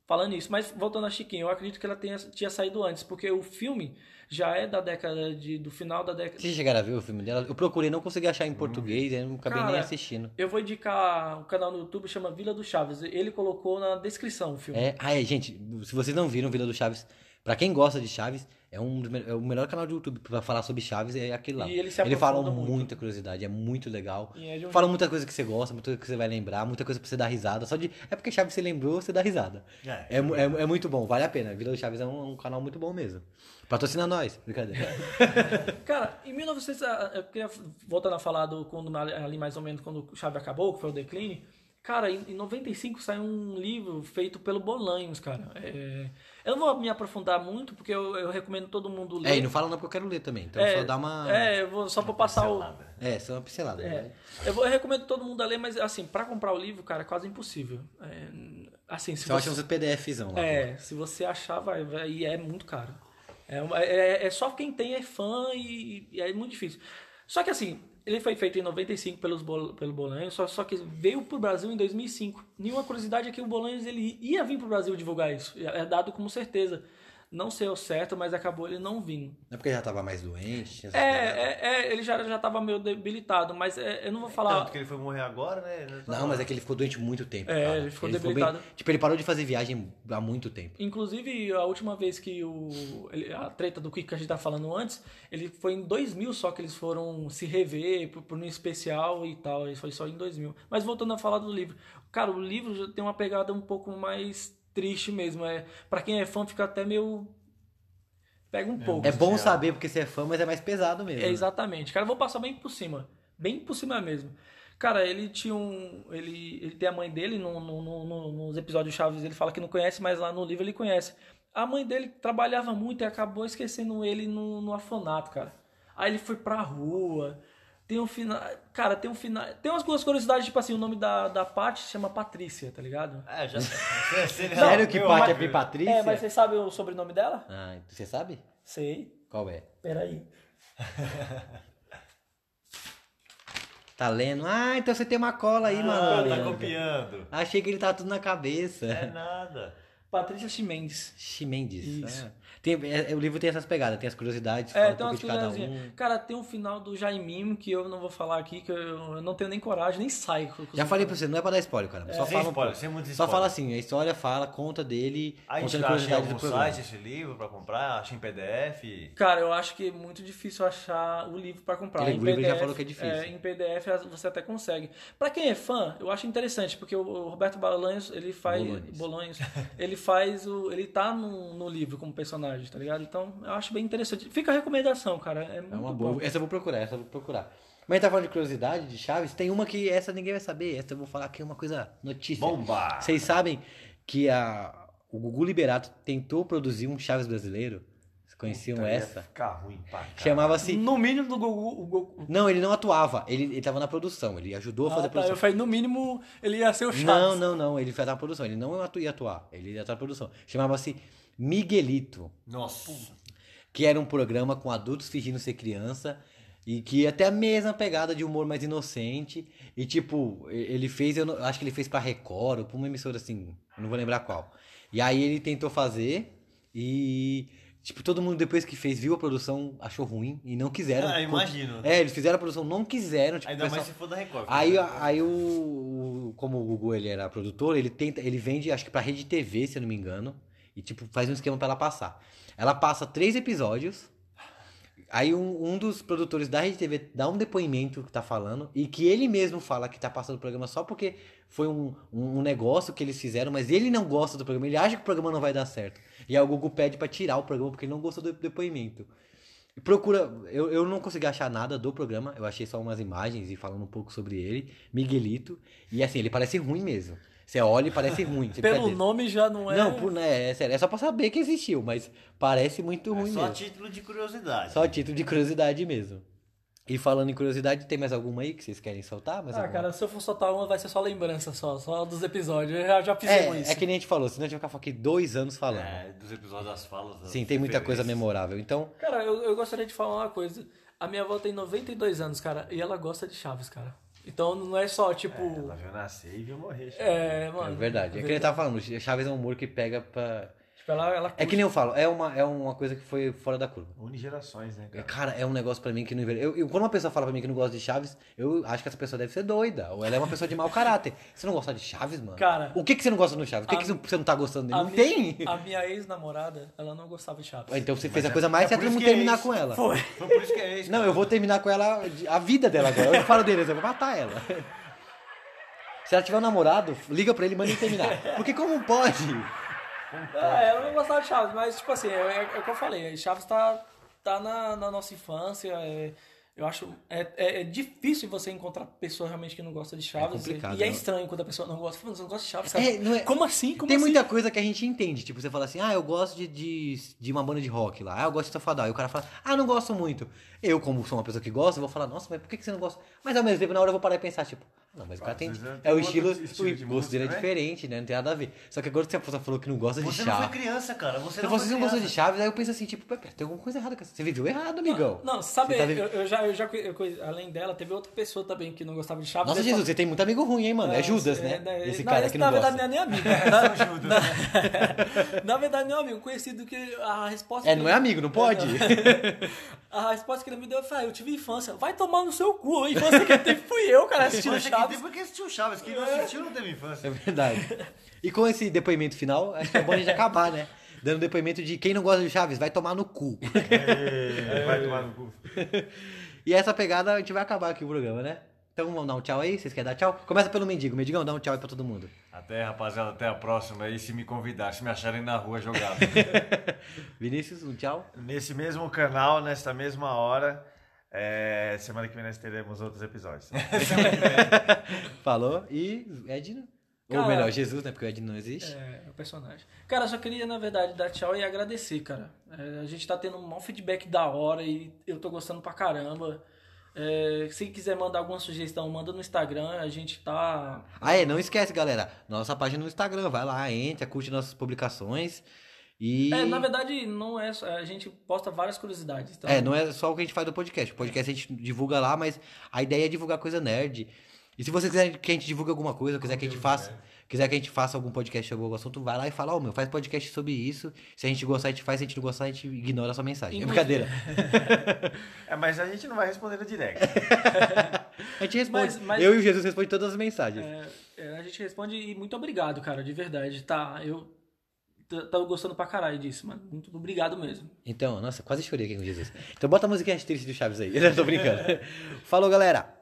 B: Falando isso, mas voltando a Chiquinha, eu acredito que ela tenha, tinha saído antes, porque o filme já é da década de. do final da década.
A: Vocês chegaram a ver o filme dela? Eu procurei, não consegui achar em português, eu não acabei nem
B: Cara,
A: assistindo.
B: Eu vou indicar um canal no YouTube chama Vila do Chaves. Ele colocou na descrição o filme.
A: É, ah, é, gente, se vocês não viram Vila do Chaves, pra quem gosta de Chaves, é, um dos me- é o melhor canal do YouTube pra falar sobre Chaves, é aquele lá.
B: E ele se
A: fala
B: aprofunda muito.
A: muita curiosidade, é muito legal.
B: E é de um
A: Fala muita coisa que você gosta, muita coisa que você vai lembrar, muita coisa pra você dar risada. Só de. É porque Chaves você lembrou, você dá risada.
E: É.
A: É, mu- é, é muito bom, vale a pena. Vila do Chaves é um, um canal muito bom mesmo. Patrocina nós, brincadeira. É?
B: Cara, em 1900, ah, eu queria voltando a falar do quando ali mais ou menos quando o Chaves acabou, que foi o declínio. Cara, em em 95 saiu um livro feito pelo Bolanhos, cara. É, eu não vou me aprofundar muito, porque eu, eu recomendo todo mundo ler.
A: É, e não fala não porque eu quero ler também. Então só dá uma. É,
B: É, eu vou só pra passar o.
A: só uma pincelada.
B: É.
A: né?
B: Eu, vou- eu recomendo todo mundo a ler, mas assim, pra comprar o livro, cara, é quase impossível. É, assim, se
A: Só acha uns
B: você.
A: PDFzão lá.
B: É, se você achar, vai, vai- e é muito caro. É, uma- é- é só quem tem é fã e, e é muito difícil. Só que assim, ele foi feito em 95 pelos Bol- pelo Bolanhos, só, só que veio pro Brasil em 2005. Nenhuma curiosidade é que o Bolanhos ele ia vir pro Brasil divulgar isso. É é dado como certeza. Não sei ao certo, mas acabou ele não vindo.
A: Não é porque já tava mais doente. essas paradas.
B: É, é, é, ele já, já tava meio debilitado, mas é, eu não vou falar.
D: Tanto que ele foi morrer agora, né? Ele já tá
A: Não, mas é que ele ficou doente muito tempo.
B: É,
A: cara.
B: ele ficou
A: bem-
B: debilitado.
A: Tipo, ele parou de fazer viagem há muito tempo.
B: Inclusive, a última vez que o. ele- A treta do Kiko que a gente tá falando antes, ele foi em 2000 só que eles foram se rever por, por um especial e tal. e Foi só em 2000. Mas voltando a falar do livro. Cara, o livro já tem uma pegada um pouco mais triste mesmo. É, para quem é fã, fica até meio. Pega um pouco.
A: É bom saber porque você é fã, mas é mais pesado mesmo.
B: É,
A: né?
B: exatamente. Cara, eu vou passar bem por cima. Bem por cima mesmo. Cara, ele tinha um. Ele, ele tem a mãe dele, no, no- no- no- nos episódios Chaves ele fala que não conhece, mas lá no livro ele conhece. A mãe dele trabalhava muito e acabou esquecendo ele no, no afonato, cara. Aí ele foi pra rua. Tem um final. Cara, tem um final. Tem umas duas curiosidades, tipo assim, o nome da, da Paty se chama Patrícia, tá ligado?
D: É, já. Sério
A: Sério que Paty é Pri Patrícia?
B: É, mas vocês sabem o sobrenome dela?
A: Ah, você sabe?
B: Sei.
A: Qual é?
B: Peraí.
A: Tá lendo? Ah, então você tem uma cola aí, mano.
D: Tá copiando.
A: Achei que ele tava tudo na cabeça.
D: É nada.
B: Patrícia Ximendes.
A: Chimendes.
B: Isso.
A: Ah. Tem, é- é- o livro tem essas pegadas, tem as curiosidades,
B: É,
A: fala um
B: tem
A: pouco
B: umas
A: de cada
B: curiosidades.
A: um.
B: Cara, tem um final do Jaiminho que eu não vou falar aqui, que eu, eu não tenho nem coragem, nem saio. com- com
A: Já
B: os-
A: falei pra você, não é pra dar spoiler, cara. só
D: sem
A: fala um
D: spoiler,
A: pouco.
D: sem muito
A: Só
D: spoiler.
A: fala assim, a história fala, conta dele,
D: A
A: contando
D: gente tá achando
A: curiosidades do
D: algum
A: programa.
D: site esse livro pra comprar, acha em PDF.
B: Cara, eu acho que é muito difícil achar o livro pra comprar.
A: Ele-
B: Em
A: o livro já
B: PDF,
A: falou que é difícil.
B: em PDF as- você até consegue. Pra quem é fã, eu acho interessante, porque o- o Roberto Balanhos, ele faz.
A: Bolanhos.
B: Bolanhos, ele faz o. Ele tá no, no livro como personagem, tá ligado? Então, eu acho bem interessante. Fica a recomendação, cara. É,
A: É uma boa. Essa eu vou procurar, essa eu vou procurar. Mas tá falando de curiosidade, de Chaves, tem uma que essa ninguém vai saber. Essa eu vou falar que é uma coisa notícia.
D: Bomba!
A: Vocês sabem que a, o Gugu Liberato tentou produzir um Chaves brasileiro? Vocês conheciam
D: Puta, ia
B: é
A: essa?
D: Ficar ruim pra cá.
A: Chamava-se.
B: No mínimo do Gugu. O Gugu
A: Não, ele não atuava, ele, ele tava na produção, ele ajudou a fazer a
B: Ah, tá,
A: produção.
B: eu falei, no mínimo, ele ia ser o Chaves.
A: Não, não, não, ele fazia a produção, ele não atu- ia atuar, ele ia atuar na produção. Chamava-se Miguelito,
D: Nossa.
A: que era um programa com adultos fingindo ser criança E que até a mesma pegada de humor mais inocente. E tipo, e- ele fez, eu não- acho que ele fez pra Record ou pra uma emissora assim, eu não vou lembrar qual. E aí ele tentou fazer e tipo, todo mundo depois que fez viu a produção, achou ruim e não quiseram.
D: Ah, imagino.
A: É, eles fizeram a produção, não quiseram, tipo, o
D: Ainda mais
A: pessoal-
D: se for da Record. É
A: Aí, aí o, o- Como o Gugu ele era produtor, ele tenta. Ele vende, acho que pra Rede TV, se eu não me engano. E tipo, faz um esquema pra ela passar. Ela passa três episódios. Aí um, um dos produtores da Rede TV dá um depoimento que tá falando. E que ele mesmo fala que tá passando o programa só porque foi um, um, um negócio que eles fizeram, mas ele não gosta do programa, ele acha que o programa não vai dar certo. E aí o Gugu pede pra tirar o programa porque ele não gostou do depoimento. Procura, eu, eu não consegui achar nada do programa, eu achei só umas imagens e falando um pouco sobre ele, Miguelito, e assim, ele parece ruim mesmo. Você olha e parece ruim. sem
B: Pelo
A: brincadeira.
B: nome já não é.
A: Não, por, né, é, sério, é só pra saber que existiu, mas parece muito
B: É
A: é ruim
D: Só
A: mesmo.
D: título de curiosidade.
A: Só título de curiosidade mesmo. E falando em curiosidade, tem mais alguma aí que vocês querem soltar? Mais
B: Ah,
A: alguma?
B: cara, se eu for soltar uma, vai ser só lembrança só, só dos episódios. Eu já, já fizemos
A: é,
B: isso.
A: é que nem a gente falou, senão a gente vai ficar aqui dois anos falando.
D: É, dos episódios das falas. das
A: Sim, tem muita coisa
D: referências.
A: memorável. Então,
B: Cara, eu, eu gostaria de falar uma coisa. A minha avó tem 92 anos, cara, e ela gosta de Chaves, cara. Então não é só, tipo.
C: Ela viu nascer e viu morrer.
B: É, mano.
A: é verdade. É que ele tava falando, Chaves é um humor que pega pra.
B: Tipo, ela, ela
A: É que nem eu falo, é uma, é uma coisa que foi fora da curva.
C: Une gerações, né,
A: É,
C: cara?
A: Cara, é um negócio pra mim que não envelhece. Eu, eu- quando uma pessoa fala pra mim que não gosta de Chaves, eu acho que essa pessoa deve ser doida. Ou ela é uma pessoa de mau caráter. Você não gosta de Chaves, mano?
B: Cara,
A: O que, que você não gosta no Chaves? O que,
B: a-
A: que você não tá gostando dele?
B: a
A: Não
B: minha-
A: tem!
B: A minha ex-namorada, ela não gostava de Chaves.
A: Então você fez a coisa mais
D: é
A: certa
D: por
A: do
D: isso
A: mundo
D: que é
A: terminar
D: isso.
A: com ela.
D: Foi por isso que é isso.
A: Não, eu vou terminar com ela, a vida dela agora. Eu não falo dele, eu vou matar ela. Se ela tiver um namorado, liga pra ele e manda ele terminar. Porque como pode? Tá.
B: É, eu não gostava de Chaves, mas tipo assim, é, é o que eu falei, Chaves tá, tá na, na nossa infância, é- eu acho, é, é- é difícil você encontrar pessoa realmente que não gosta de Chaves,
A: complicado,
B: e é
A: né?
B: estranho quando a pessoa não gosta, "Mano, você não gosta de Chaves, cara.
A: É, não é-
B: Como assim? Como
A: Tem
B: assim?
A: muita coisa que a gente entende. Tipo, você fala assim, ah, eu gosto de, de, de uma banda de rock lá. Ah, eu gosto de Safadão. Aí o cara fala, ah, não gosto muito. Eu, como sou uma pessoa que gosta, eu vou falar, nossa, mas por que que você não gosta? Mas ao mesmo tempo, na hora eu vou parar e pensar, tipo, não, mas o cara tem...
C: às vezes
A: É
C: tem
A: o
C: outro
A: estilo,
C: estilo de
A: o gosto dele é
C: música, né?
A: diferente, né? Não tem nada a ver. Só que agora que a pessoa falou que não gosta de
D: Você não foi
A: chá.
D: criança, cara. Você
A: Se
D: não
A: vocês
D: foi
A: não gostam de
D: criança.
A: Chaves, aí eu penso assim, tipo, "Pé, pé, tem alguma coisa errada. cara. Você viveu errado, amigão.
B: Não, sabe,
A: Você tá
B: eu,
A: vive-
B: eu já, eu já eu conhe- além dela, teve outra pessoa também que não gostava de Chaves.
A: Nossa,
B: eu
A: Jesus,
B: falo-
A: você tem muito amigo ruim, hein, mano? É
B: Não,
A: Judas,
B: é,
A: né?
B: não,
A: Esse
B: não,
A: cara que não
B: na
A: gosta.
B: verdade, não é nem amigo. Na, na, na verdade, não é um amigo conhecido que a resposta...
A: É,
B: que
A: não é
B: ele-
A: amigo, não pode?
B: A resposta que ele me deu foi: ah, eu tive infância. Vai tomar no seu cu. A infância que ele teve fui eu, cara, assistindo
D: Mas é que
B: Chaves.
D: tem porque assistiu Chaves. Quem não assistiu não teve infância.
A: É verdade. E com esse depoimento final, acho que é bom a gente acabar, né? Dando depoimento de quem não gosta de Chaves, vai tomar no cu.
C: É, Vai tomar no cu.
A: E essa pegada, a gente vai acabar aqui o programa, né? Então vamos dar um tchau aí? Vocês querem dar tchau? Começa pelo mendigo. Mendigão, dá um tchau aí pra todo mundo.
D: Até, rapaziada, até a próxima. E se me convidar, se me acharem na rua jogado.
A: Vinícius, um tchau.
C: Nesse mesmo canal, nesta mesma hora. é, semana que vem nós teremos outros episódios.
A: Falou. E Edna? Ou
B: Cara-
A: melhor, Jesus, né? Porque o Edna não existe.
B: É, o personagem. Cara, eu só queria, na verdade, dar tchau e agradecer, cara. É, a gente tá tendo um mau feedback da hora e eu tô gostando pra caramba. É, se quiser mandar alguma sugestão, manda no Instagram. A gente tá.
A: Ah, é, não esquece, galera. Nossa página no Instagram. Vai lá, entra, curte nossas publicações. E.
B: É, na verdade, não é. só- A gente posta várias curiosidades. Então,
A: É, não é só o que a gente faz do podcast. O podcast a gente divulga lá, mas a ideia é divulgar coisa nerd. E se você quiser que a gente divulgue alguma coisa, quiser que a gente faça, quiser que a gente faça algum podcast sobre algum assunto, vai lá e fala, ó, meu, faz podcast sobre isso. Se a gente gostar, a gente faz, se a gente não gostar, a gente ignora a sua mensagem. É
B: Inclusive-
A: brincadeira.
C: É, mas a gente não vai responder no direct.
A: A gente responde.
B: Mas- mas-
A: Eu e o Jesus respondem todas as mensagens.
B: É, a gente responde e muito obrigado, cara, de verdade. Tá, eu t- tava gostando pra caralho disso, mano. Muito obrigado mesmo.
A: Então, nossa, quase chorei aqui com Jesus. Então bota a musiquinha triste do Chaves aí. Eu tô brincando. Falou, galera.